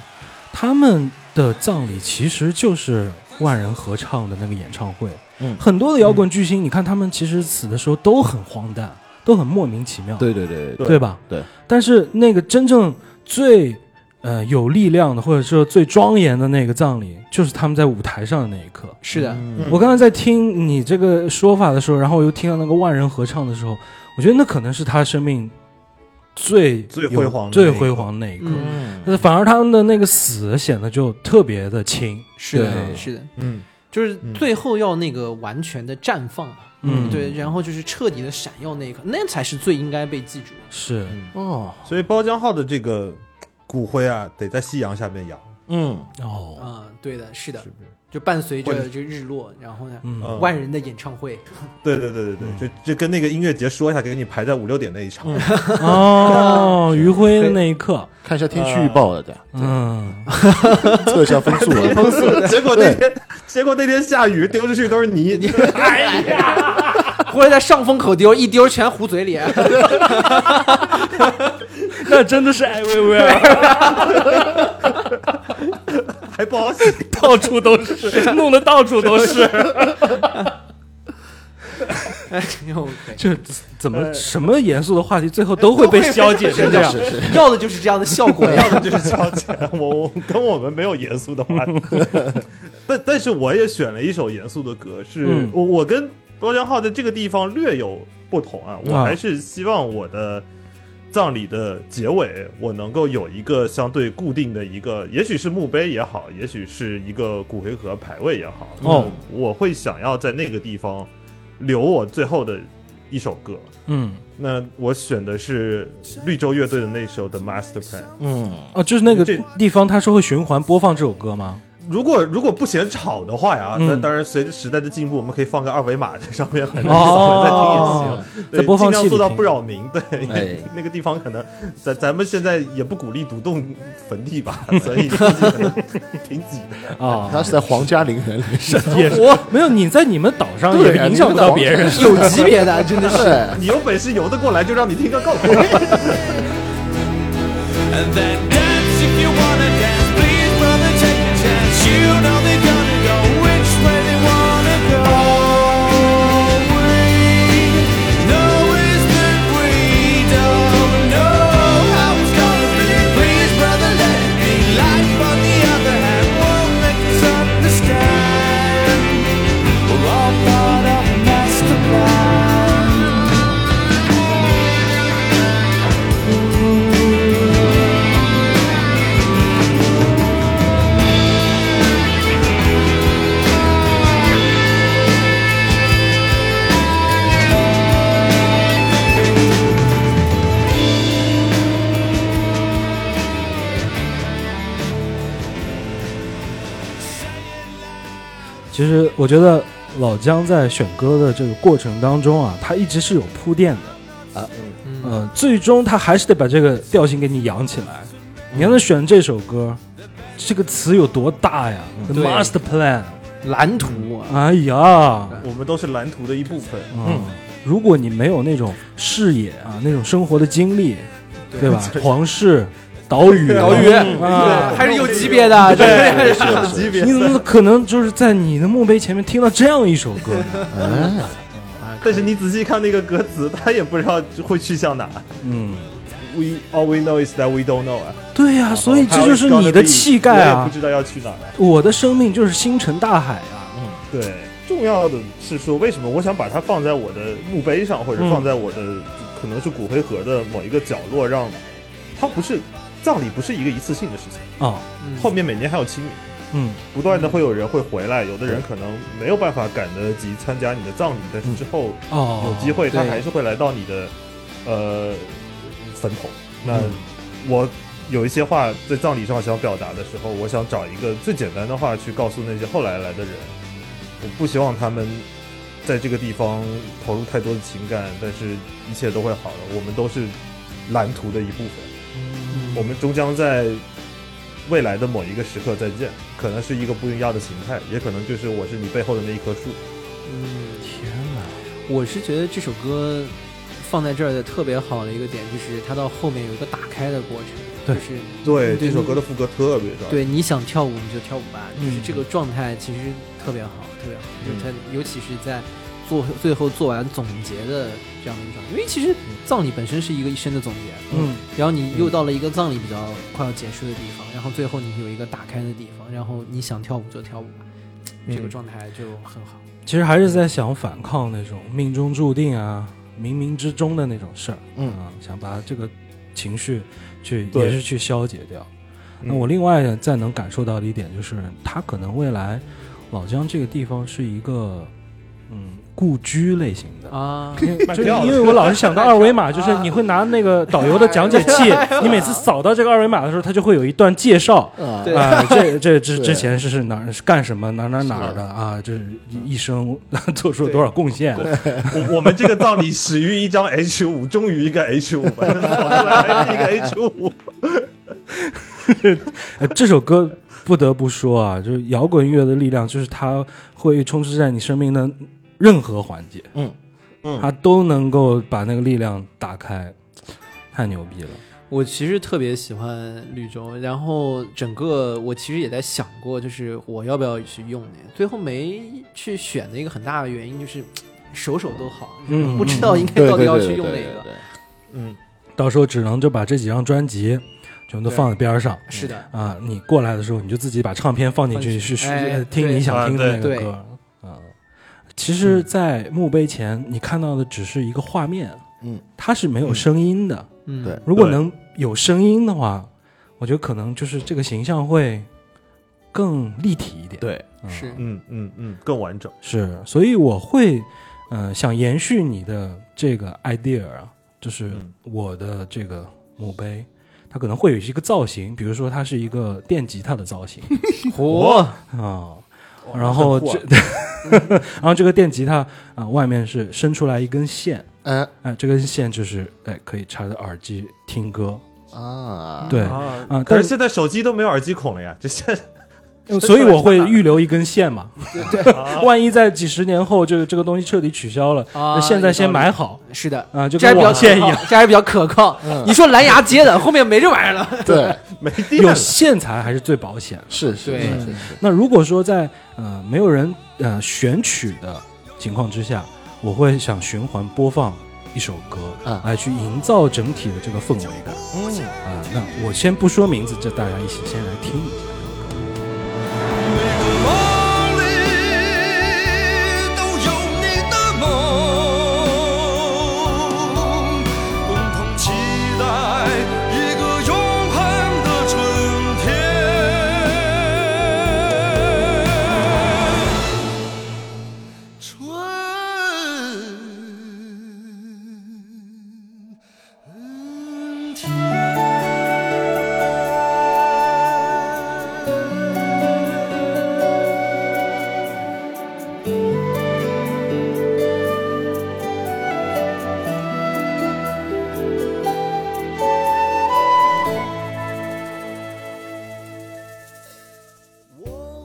B: 他们的葬礼其实就是万人合唱的那个演唱会。
C: 嗯
B: 很多的摇滚巨星，你看他们其实死的时候都很荒诞，都很莫名其妙，
H: 对对对对，
B: 对吧？
H: 对。
B: 但是那个真正最呃有力量的，或者说最庄严的那个葬礼，就是他们在舞台上的那一刻。
E: 是的，
B: 我刚才在听你这个说法的时候，然后我又听到那个万人合唱的时候，我觉得那可能是他生命最
D: 最
B: 有
D: 辉煌的
B: 最
D: 那一刻
B: 辉煌的那一刻。
E: 嗯，
B: 但是反而他们的那个死显得就特别的轻，
E: 是的，
B: 对
E: 是的，
D: 嗯，
E: 就是最后要那个完全的绽放嘛，
B: 嗯
E: 对，然后就是彻底的闪耀那一刻，那才是最应该被记住的。
B: 是，
C: 哦，
D: 所以包浆号的这个骨灰啊，得在夕阳下面养。
C: 嗯，
B: 哦，
E: 嗯，对的，是的，就伴随
D: 或者
E: 着这日落，然后呢，
B: 嗯
D: 嗯
E: 万人的演唱会，
D: 对对对对
E: 嗯
D: 对，就就跟那个音乐节说一下，给你排在五六点那一场。
B: 哦，余晖的那一刻，
C: 看一下天气预报了，对，
B: 嗯，
C: 测一下风速了，
D: 风速，
B: *laughs*
D: 结果那天，结果那天下雨，丢出去都是泥。
E: *laughs* 哎或者在上风口丢，一丢全糊嘴 *laughs* 里。
B: 那真的是哎艾薇薇儿，
D: 还不好洗。
B: 到处都是，弄得到处都是。
E: 哎呦，OK
B: 这怎么什么严肃的话题，最后都会被消解成 *laughs* 这样？
E: 要的就是这样的效果呀。
D: 要的就是交钱，我我跟我们没有严肃的话
B: *laughs*
D: 题，但但是我也选了一首严肃的歌，是、
B: 嗯
D: 我我跟包江浩在这个地方略有不同啊，我
B: 啊
D: 还是希望我的葬礼的结尾，我能够有一个相对固定的一个，也许是墓碑也好，也许是一个骨灰盒牌位也好，
B: 哦，
D: 我会想要在那个地方留我最后的一首歌，
B: 嗯，
D: 那我选的是绿洲乐队的那首《The Master Plan》。
B: 哦，就是那个
D: 这
B: 地方，它是会循环播放这首歌吗？
D: 如果如果不嫌吵的话呀，
B: 嗯
D: 那当然随着时代的进步，我们可以放个二维码在上面，很多扫人再听
B: 哦
D: 也行。对，
B: 在播放器
D: 尽量做
B: 里
D: 到
B: 听
D: 不扰民。对，因
H: 哎
D: 为那个地方可能咱咱们现在也不鼓励独栋坟地吧，所以估计可能挺挤的。
B: 啊，
C: 他是在皇家陵园里是，
B: *laughs* 也是没有你在啊你们岛上
C: 对
B: 也影响不到别人。
E: 有级别的，真的是。
C: 对，
D: 你有本事游得过来，就让你听个够。
G: And then dance if you wanna dance. Please, brother, take a chance. You know they're gonna go which way they wanna go. We know is that we don't know how it's gonna be. Please, brother, let it be. Life on the other hand won't make us understand. We're all part of a master plan.
B: 其实我觉得老姜在选歌的这个过程当中啊，他一直是有铺垫的
H: 啊，
B: 嗯、呃，最终他还是得把这个调性给你扬起来。你让他选这首歌，这个词有多大呀？The
E: 对
B: Master Plan，
E: 蓝图啊，
B: 哎呀，
D: 我们都是蓝图的一部分。
B: 嗯，如 *laughs* 果你没有那种视野啊，那种生活的经历，对吧？皇室岛屿，
E: 岛屿
B: 啊，
E: 还是有级别的，这嗯哎是
D: 这 *laughs* 级别
B: 你怎么可能就是在你的墓碑前面听到这样一首歌呢？
C: 哎，
D: 但是你仔细看那个歌词，他也不知道会去向哪。
B: 嗯，
D: We all we know is that we don't know 啊。
B: 对呀、所以这就是你的气概
D: 我也
B: 啊
D: 不！知道要去哪了。
B: 我的生命就是星辰大海啊！
D: 对，重要的是说，为什么我想把它放在我的墓碑上，或者
B: 嗯
D: 放在我的、可能是骨灰盒的某一个角落，让它不是葬礼，不是一个一次性的事情。
B: 啊，
D: 后面每年还有清明，
B: 嗯，
D: 不断的会有人会回来，有的人可能没有办法赶得及参加你的葬礼，但是之后
B: 哦，
D: 有机会他
E: 对
D: 还是会来到你的呃坟头。那我有一些话在葬礼上想表达的时候，我想找一个最简单的话去告诉那些后来来的人，我不希望他们在这个地方投入太多的情感，但是一切都会好的，我们都是蓝图的一部分。我们终将在未来的某一个时刻再见，可能是一个不一样的形态，也可能就是我是你背后的那一棵树。
B: 天哪，
E: 嗯我是觉得这首歌放在这儿的特别好的一个点，就是它到后面有一个打开的过程，
B: 对
E: 就是
D: 对
E: 嗯对
D: 这首歌的副歌特别棒。
E: 对你想跳舞你就跳舞吧，
B: 嗯
E: 就是这个状态其实特别好，特别好，就是它尤其是在做最后做完总结的这样的一个状态，因为其实葬礼本身是一个一生的总结，
B: 嗯，
E: 然后你又到了一个葬礼比较快要结束的地方，然后最后你有一个打开的地方，然后你想跳舞就跳舞吧，这个状态就很好。
B: 其实还是在想反抗那种命中注定啊、冥冥之中的那种事儿，
C: 嗯
B: 啊，想把这个情绪去
D: 对
B: 也是去消解掉。
D: 嗯
B: 那我另外再能感受到的一点就是，它可能未来老江这个地方是一个嗯故居类型的。
E: 啊，
D: 卖
B: 就是
D: 票了
B: 因为我老是想到二维码，就是你会拿那个导游的讲解
C: *laughs*
B: 器，
C: 哎
B: 你每次扫到这个二维码的时候，它就会有一段介绍，
C: 啊
E: 对
B: 啊，
C: *laughs*
B: 这这之
C: 对
B: 之前是是哪儿是干什么哪儿哪儿哪儿的啊？这一一生 *laughs* 做出了多少贡献？
D: 我我们这个葬礼始于一张 H 五，终于一个 H 五 *laughs* 吧，跑出来还是一个 H 五。
B: 呃这首歌不得不说啊，就是摇滚乐的力量，就是它会充斥在你生命的任何环节，
C: 嗯
D: 嗯
B: 它都能够把那个力量打开，太牛逼了。
E: 我其实特别喜欢绿洲，然后整个我其实也在想过，就是我要不要去用呢？最后没去选的一个很大的原因就是，首首都好，
B: 嗯
E: 不知道应该
C: 对
E: 到底
C: 对
E: 要
C: 对
E: 去
C: 对
E: 用哪
C: 对
E: 个。
C: 对
D: 嗯，
B: 到时候只能就把这几张专辑全部都放在边儿上
E: 是的，
B: 啊，你过来的时候你就自己把唱片放进
E: 放
B: 去，
E: 进
B: 去
E: 去
B: 去
E: 哎
B: 呃听你想听的那个
E: 对
B: 歌啊。其实，在墓碑前你看到的只是一个画面，
C: 嗯，
B: 它是没有声音的。
E: 嗯，
C: 对
B: 如果能有声音的话，我觉得可能就是这个形象会更立体一点。
C: 对，
B: 嗯
E: 是
D: 嗯嗯嗯，更完整。
B: 是，所以我会，呃，想延续你的这个 idea 啊，就是
D: 嗯
B: 我的这个墓碑，它可能会有一个造型，比如说它是一个电吉他的造型
E: 嗯嚯，
B: 啊、然后这， *laughs* 然后这个电吉他啊、外面是伸出来一根线，
C: 哎
B: 哎、这根线就是哎可以插着耳机听歌，
C: 啊，
B: 对。
D: 啊
B: 啊
D: 可
B: 但
D: 是
B: 是
D: 现在手机都没有耳机孔了呀，这现 *laughs* 在
B: 所以我会预留一根线嘛，万一在几十年后这个这个东西彻底取消了，
E: 啊
B: 那现在先
E: 有道理
B: 买好
E: 是的，
B: 啊，就
E: 这还
B: 跟
E: 比较
B: 网线一
E: 可
B: 样嗯
E: 靠，。这还比较可靠。你说蓝牙接的，后面没这玩意儿了。
C: 对，
D: 没电
B: 有
D: 了。
B: 线材还是最保险。
C: 是是
E: 对
C: 是是是，
B: 那如果说在呃没有人呃选取的情况之下，我会想循环播放一首歌
C: 啊
B: 来去营造整体的这个氛围感
C: 嗯。
B: 啊。那我先不说名字，这大家一起先来听一下。
G: 梦里都有你的梦，共同期待一个永恒的春天。春天。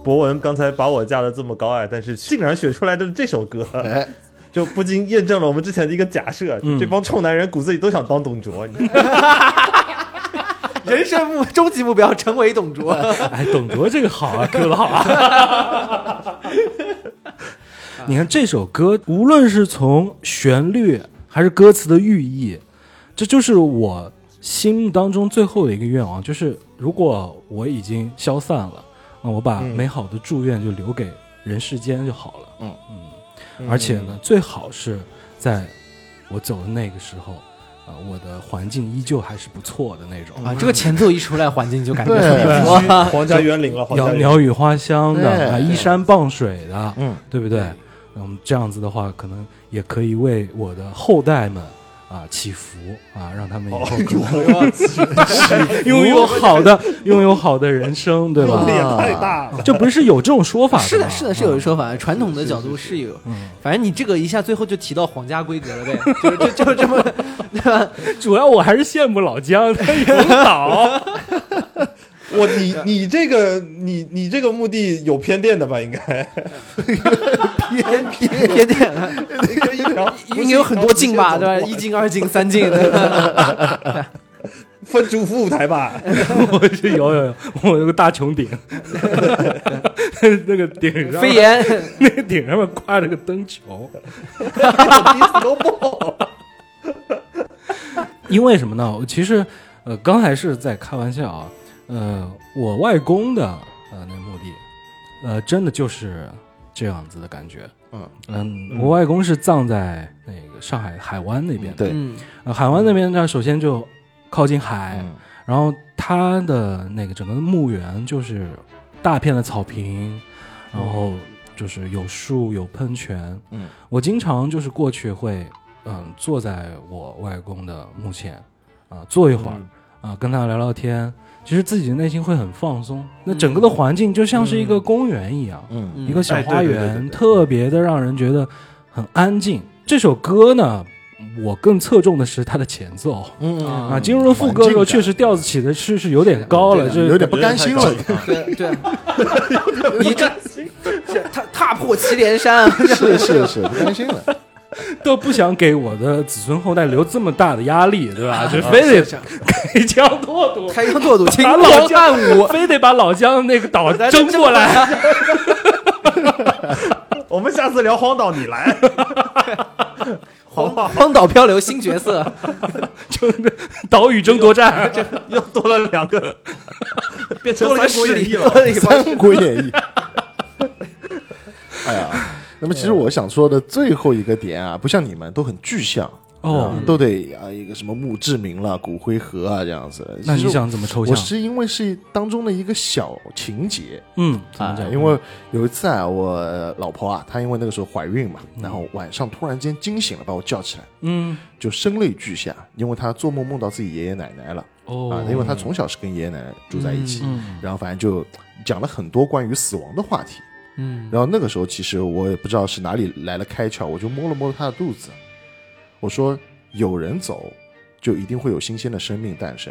D: 博文刚才把我架的这么高啊矮，但是竟然选出来的是这首歌，
C: 哎，
D: 就不禁验证了我们之前的一个假设：
B: 嗯
D: 这帮臭男人骨子里都想当董卓。你知道吗
E: 人生目终极目标成为董卓。
B: 哎，董卓这个好啊，Q 的好啊。你看这首歌，无论是从旋律还是歌词的寓意，这就是我心目当中最后的一个愿望，就是如果我已经消散了，那我把美好的祝愿就留给人世间就好了。
C: 嗯
B: 嗯，而且呢，最好是在我走的那个时候，啊、我的环境依旧还是不错的那种。
E: 啊，这个前奏一出来，环境就感觉
C: 对
E: 很不
D: *laughs*
E: 错。
D: 皇家园林了，皇家
B: 鸟
D: 园林
B: 鸟语花香
C: 对
B: 的，啊，依山傍水的，
C: 嗯，
B: 对不对？那我们这样子的话，可能也可以为我的后代们啊祈福啊，让他们以后
C: 哦
B: 可 *laughs* 能拥有好
C: *laughs*
B: 的拥有好的人生，对吧
D: 这？也太大了。
B: 这不是有这种说法
E: 是
B: 的吗，
E: 的，是的，是有一说法，传统的角度是有。反正你这个一下最后就提到皇家规格了呗，就是就就这么， *laughs* 对吧？
B: 主要我还是羡慕老姜， *laughs* 他有脑，
D: 我你你这个你你这个目的有偏见的吧？应该
E: 偏偏偏点，
D: 应该一 *laughs* 条
E: 应该有很多进吧，对吧？一进、二进、三进，对吧
D: 分主副舞台吧？
B: *laughs* 我是有有有，我有个大穹顶， *laughs* 那个顶上面
E: 飞，檐，
B: 那个顶上面挂着个灯 *laughs* 球。因为什么呢？我其实，呃，刚才是在开玩笑啊。呃，我外公的呃那墓地，呃，真的就是这样子的感觉。
C: 嗯
B: 嗯，我外公是葬在那个上海海湾那边的。
C: 对，
E: 嗯，
B: 呃海湾那边呢，首先就靠近海，然后它的那个整个墓园就是大片的草坪，然后就是有树有喷泉。
C: 嗯，
B: 我经常就是过去会，嗯，坐在我外公的墓前，啊、坐一会
D: 嗯
B: 儿，啊、跟他聊聊天。其实自己的内心会很放松，那整个的环境就像是一个公园一样，
C: 嗯
B: 一个小
D: 嗯哎对
B: 花
D: 对对
B: 园，
D: 对对
B: 特别的让人觉得很安静。这首歌呢，我更侧重的是它的前奏。
C: 嗯
E: 啊
B: 啊，进入了副歌的时候，确实调子起的是是有点高了，这
C: 有点不甘心了，
E: 对对，你这这踏踏破祁连山，啊
C: 是是是，不甘心了。
B: 都不想给我的子孙后代留这么大的压
C: *laughs*
B: 力，对
C: 啊
B: 吧？就非得开疆拓土，
E: 开疆拓土，秦
B: 把
E: 皇
B: 老
E: *laughs* 汉武，
B: 疆非得把老姜那个岛
C: *laughs*
B: 争过来。
D: *laughs* 我们下次聊荒岛，你来，好不好？
E: *laughs* 荒岛漂流新角色，
B: 岛屿争夺战，
D: 又多了两个，变成
E: 多了一个
D: 三国演义
E: 多
D: 了。
E: 了
C: 《
E: 一个
C: 三国演义》。 *laughs* 哎呀，那么其实我想说的最后一个点啊，不像你们都很具象
B: 哦
C: 啊都得啊一个什么墓志铭了、骨灰盒啊这样子。
B: *laughs* 那
C: 其
B: 你
C: 实
B: 想怎么抽
C: 我
B: 象？
C: 是因为是当中的一个小情节
B: 嗯，怎么
C: 啊
B: 讲？，
C: 因为有一次啊，我老婆啊，她因为那个时候怀孕嘛，然后晚上突然间惊醒了，把我叫起来，
B: 嗯
C: 就声泪俱下，因为她做梦梦到自己爷爷奶奶了。啊
B: 哦，，
C: 因为他从小是跟爷爷奶奶住在一起，
B: 嗯
C: 然后反正就讲了很多关于死亡的话题。嗯，然后那个时候其实我也不知道是哪里来了开窍，我就摸了摸他的肚子，我说有人走，就一定会有新鲜的生命诞生，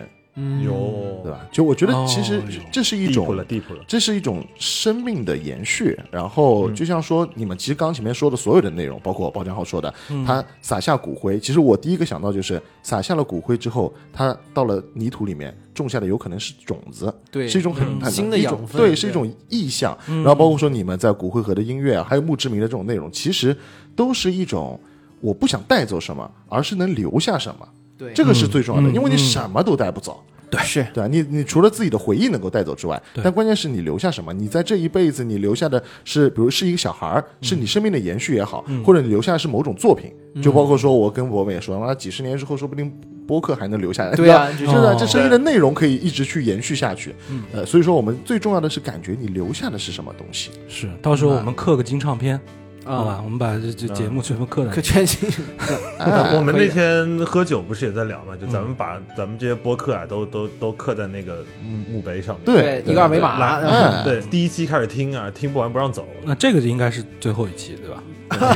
D: 有
C: 对吧？就我觉得
B: 哦
C: 其实
B: 哟
C: 这是一
D: 地铺
C: 种
D: 了，地铺了。
C: 这是一种生命的延续。然后
E: 嗯
C: 就像说，你们其实刚刚前面说的所有的内容，包括包江浩说的，
E: 嗯
C: 他撒下骨灰，其实我第一个想到就是撒下了骨灰之后，他到了泥土里面种下的有可能是种子，
E: 对
C: 是一种很
B: 嗯
C: 很
E: 新的
C: 一种
E: 养分
C: 对，
E: 对嗯
C: 是一种意象。然后包括说你们在骨灰盒的音乐啊，还有墓志铭的这种内容，其实都是一种。我不想带走什么，而是能留下什么，
E: 对
C: 这个是最重要的，
B: 嗯
C: 因为你
B: 嗯
C: 什么都带不走。
E: 对是
C: 对啊，你你除了自己的回忆能够带走之外，但关键是你留下什么？你在这一辈子，你留下的是，比如是一个小孩儿，是
E: 嗯
C: 你生命的延续也好，或者你留下的是某种作品，就包括说我跟博美也说，妈几十年之后，说不定播客还能留下来。
E: 对
C: *laughs*
E: 啊嗯
C: 是
E: 就是
C: 啊，
B: 哦
C: 这生命的内容可以一直去延续下去。呃，所以说我们最重要的是感觉你留下的是什么东西。
B: 是，到时候我们刻个金唱片，
C: 嗯
B: 好吧？
E: 啊，
B: 我们把这这节目全部刻
E: 可
B: 在。
E: 全新
D: *laughs* 我们
E: 可以
D: 那天喝酒不是也在聊嘛？就咱们把咱们这些播客啊，都都都刻在那个墓墓碑上面。
C: 对，
E: 一个二维码，
D: 来
E: 然后
C: 嗯
D: *laughs* 对，第一期开始听啊，听不完不让走。
B: 那这个应该是最后一期，对
C: *laughs*
B: 吧？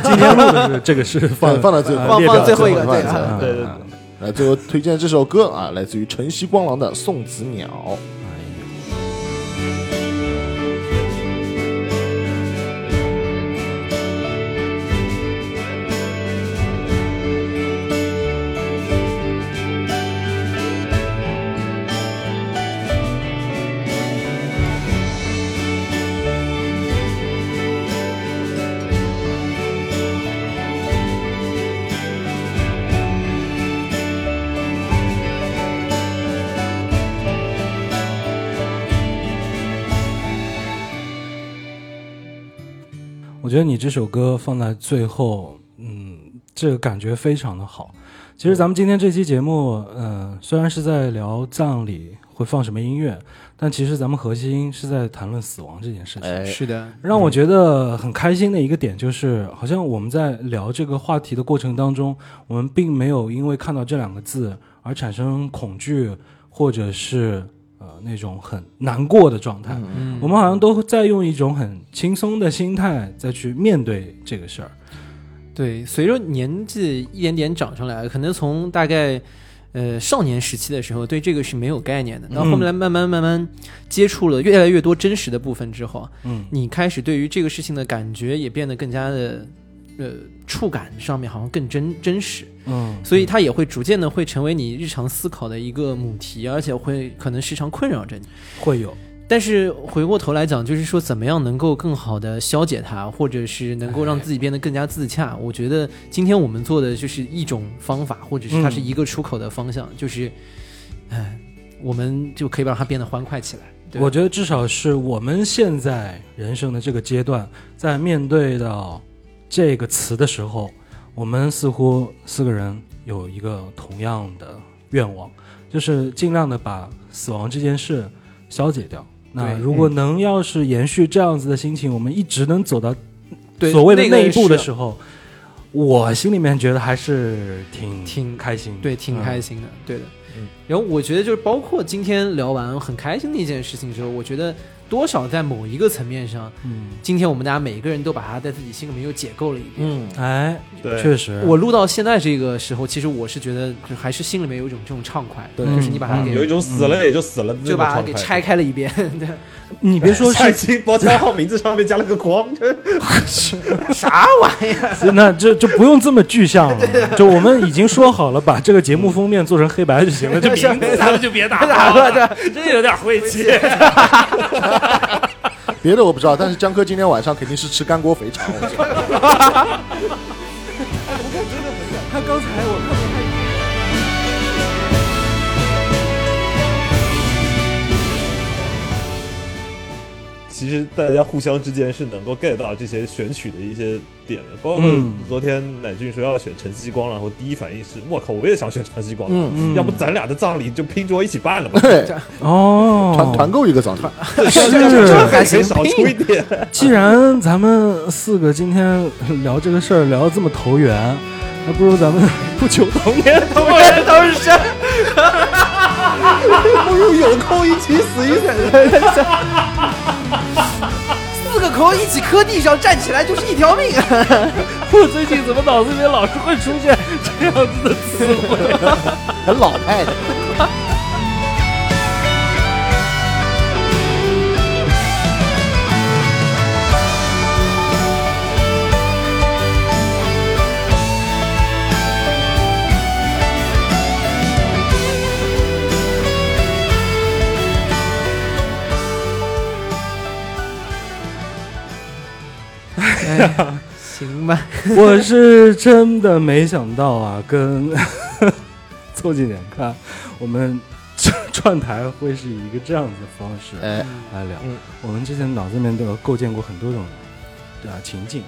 B: 今天录的是这个是
C: 放
B: 放
C: 放到最
E: 放
C: 列表
E: 放最后一个
C: 放到
E: 对
C: 最后
E: 啊
D: 对对对
C: 啊来，最后推荐这首歌啊，来自于晨曦光廊的《送子鸟》。
G: 我
B: 我觉得你这首歌放在最后，嗯，这个感觉非常的好。其实咱们今天这期节目，呃，虽然是在聊葬礼会放什么音乐，但其实咱们核心是在谈论死亡这件事情。
C: 哎，
E: 是的，
B: 让我觉得很开心的一个点就是，好像我们在聊这个话题的过程当中，我们并没有因为看到这两个字而产生恐惧，或者是呃那种很难过的状态。我们好像都在用一种很轻松的心态再去面对这个事儿。
E: 对，随着年纪一点点长上来，可能从大概呃少年时期的时候，对这个是没有概念
B: 嗯
E: 的。到后来慢慢慢慢接触了越来越多真实的部分之后，
B: 嗯，
E: 你开始对于这个事情的感觉也变得更加的呃触感上面好像更真真实，
B: 嗯，
E: 所以它也会逐渐的会成为你日常思考的一个母题，而且会可能时常困扰着你。
B: 会有，
E: 但是回过头来讲，就是说怎么样能够更好的消解它，或者是能够让自己变得更加自洽。我觉得今天我们做的就是一种方法，或者是它是一个出口的方向，就是，哎，我们就可以让它变得欢快起来。对吧
B: 我觉得至少是我们现在人生的这个阶段，在面对到这个词的时候，我们似乎四个人有一个同样的愿望，就是尽量的把死亡这件事消解掉。那
E: 对
B: 如果能要是延续这样子的心情，我们一直能走到
E: 对
B: 所谓的
E: 那
B: 那一步的
E: 候，
B: 时候，我心里面觉得还是挺
E: 挺
B: 开心的，
E: 对，挺开
B: 心。
E: 心的，对的
D: 嗯。
E: 然后我觉得就是包括今天聊完很开心的一件事情之后，我觉得多少在某一个层面上，
B: 嗯，
E: 今天我们大家每一个人都把它在自己心里面又解构了一遍。
C: 嗯，
B: 哎，
D: 对
B: 确实，
E: 我录到现在这个时候，其实我是觉得就还是心里面有一种这种畅快，
C: 对
E: 就是你把它
B: 嗯
D: 有
E: 给
D: 一种死了也就死了的那
E: 就
D: 种
E: 把它
D: 状
E: 给
D: 态
E: 拆。开了一遍，对，
B: 你别说
D: 蔡
B: 是
D: 琴包浆号名字上面加了个光，
E: 啥玩意儿？
B: *laughs* 那这就不用这么具象了，就我们已经说好了，把这个节目封面做成黑白就行了，这名字咱们就别打了，真有点晦气。
C: 别的我不知道，但是江科今天晚上肯定是吃干锅肥肠，
D: *laughs*
C: 我知道。
E: 他刚才我看到他
D: 其实大家互相之间是能够 get 到这些选曲的一些点的，包括
B: 嗯
D: 昨天乃俊说要选陈曦光，然后第一反应是，我靠，我也想选陈曦光，
C: 嗯？
D: 要不咱俩的葬礼就拼桌一
B: *laughs*
D: 起办了吧
C: 对，团
B: 哦，
C: 团购一个早餐，
B: 是，
D: 还可以少出一点，
B: *laughs* 既然咱们四个今天聊这个事儿聊得这么投缘，那不如咱们不求同年同
D: 不如哎有空一起死一死。
E: 四个口一起磕地上，站起来就是一条命。
B: 我最近怎么脑子里面老是会出现这样子的词汇？
C: 很老派的。
E: 行吧，
B: *laughs* 我是真的没想到啊，跟 *laughs* 凑近点看，我们 *laughs* 串台会是一个这样子的方式
C: 哎，
B: 来聊。
D: 嗯
B: 我们之前脑子里面都有构建过很多种对啊情境，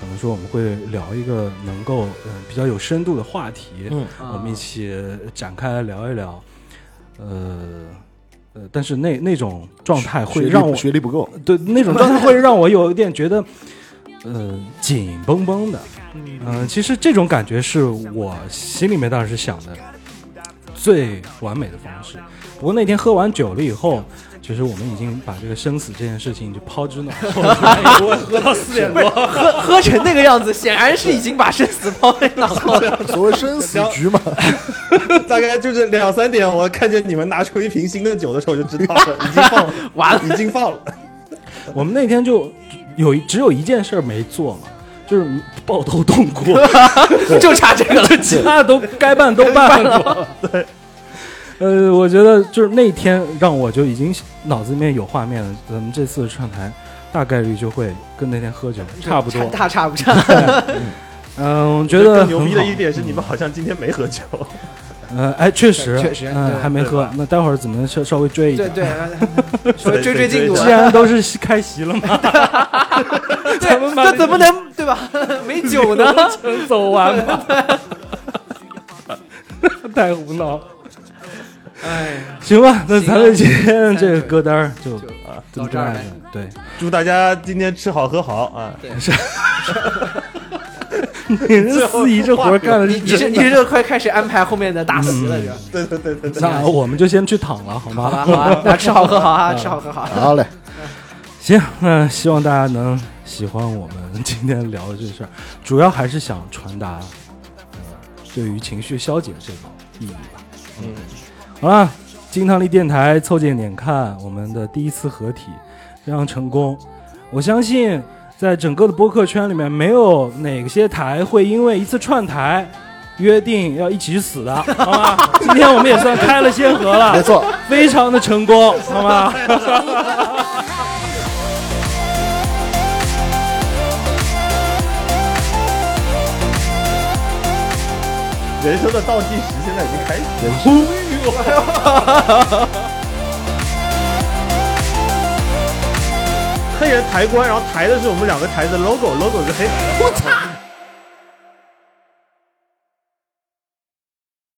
B: 可能说我们会聊一个能够嗯、呃比较有深度的话题，
C: 嗯
B: 我们一起展开来聊一聊。呃呃，但是那那种状态
C: 学
B: 会
C: 历
B: 让我
C: 学历不够，
B: 对那种状态会让我有一点觉得，呃，紧绷绷的。嗯、其实这种感觉是我心里面当时想的最完美的方式。不过那天喝完酒了以后，其实我们已经把这个生死这件事情就抛之脑后了。我喝到四点多，
E: 喝喝成那个样子，显然是已经把生死抛在脑后了。
C: 所谓生死局
D: *laughs*
C: 嘛，
D: 大概就是两三点，我看见你们拿出一瓶新的酒的时候，我就知道了，已经放了，
E: 完了，
D: 已经放了。
B: 我们那天就有一只有一件事儿没做嘛，就是抱头痛哭。
E: 就差这个了。
B: 其 *laughs* 他的都该办都办 *laughs* 了。对，呃，我觉得就是那天让我就已经脑子里面有画面了。咱们这次的串台大概率就会跟那天喝酒差不多。
E: 大差不差。
B: 嗯， *laughs* 我觉得
D: 更牛逼的
B: 很好
D: 一点是，你们好像今天没喝酒，
B: 呃，哎，确实，
E: 确实
B: 嗯，
E: 对
B: 还没喝。那待会儿怎么稍稍微追一
E: 对
B: 下？
E: 对，说追追进度
D: 对
B: 既
E: 啊。
B: 然都是开席了嘛，咱们把
E: 那怎么能对吧？没酒呢？
B: 能走完吗？ *laughs* 太胡闹。哎，行吧，那咱们今天这个歌单儿就啊，就
E: 到这儿呗
B: 样对，
D: 祝大家今天吃好喝好啊！
B: *laughs* 你这司仪这活儿干的
E: *laughs* 你
B: 是
E: 你这
B: 真
E: 你
B: 的，
E: 这快开始安排后面的大席了，是吧？
D: 对对对对对，
B: 那我们就先去躺了，好
E: 好吧，
B: 吗？
E: 好吧，那吃好喝好啊，吃好喝好。
C: 好嘞，
B: 行，那希望大家能喜欢我们 *laughs* 今天聊的这事儿，主要还是想传达，呃，对于情绪消解这个意义吧。嗯，好了，金汤力电台凑近点看，我们的第一次合体非常成功，我相信在整个的播客圈里面，没有哪些台会因为一次串台。约定要一起去死的，好吗？今天我们也算开了先河了，
C: 没错，
B: 非常的成功，好吗？
D: 人生的倒计时现在已经开始了。 *laughs* 黑人抬棺，然后抬的是我们两个台的 logo，logo 是黑。我操！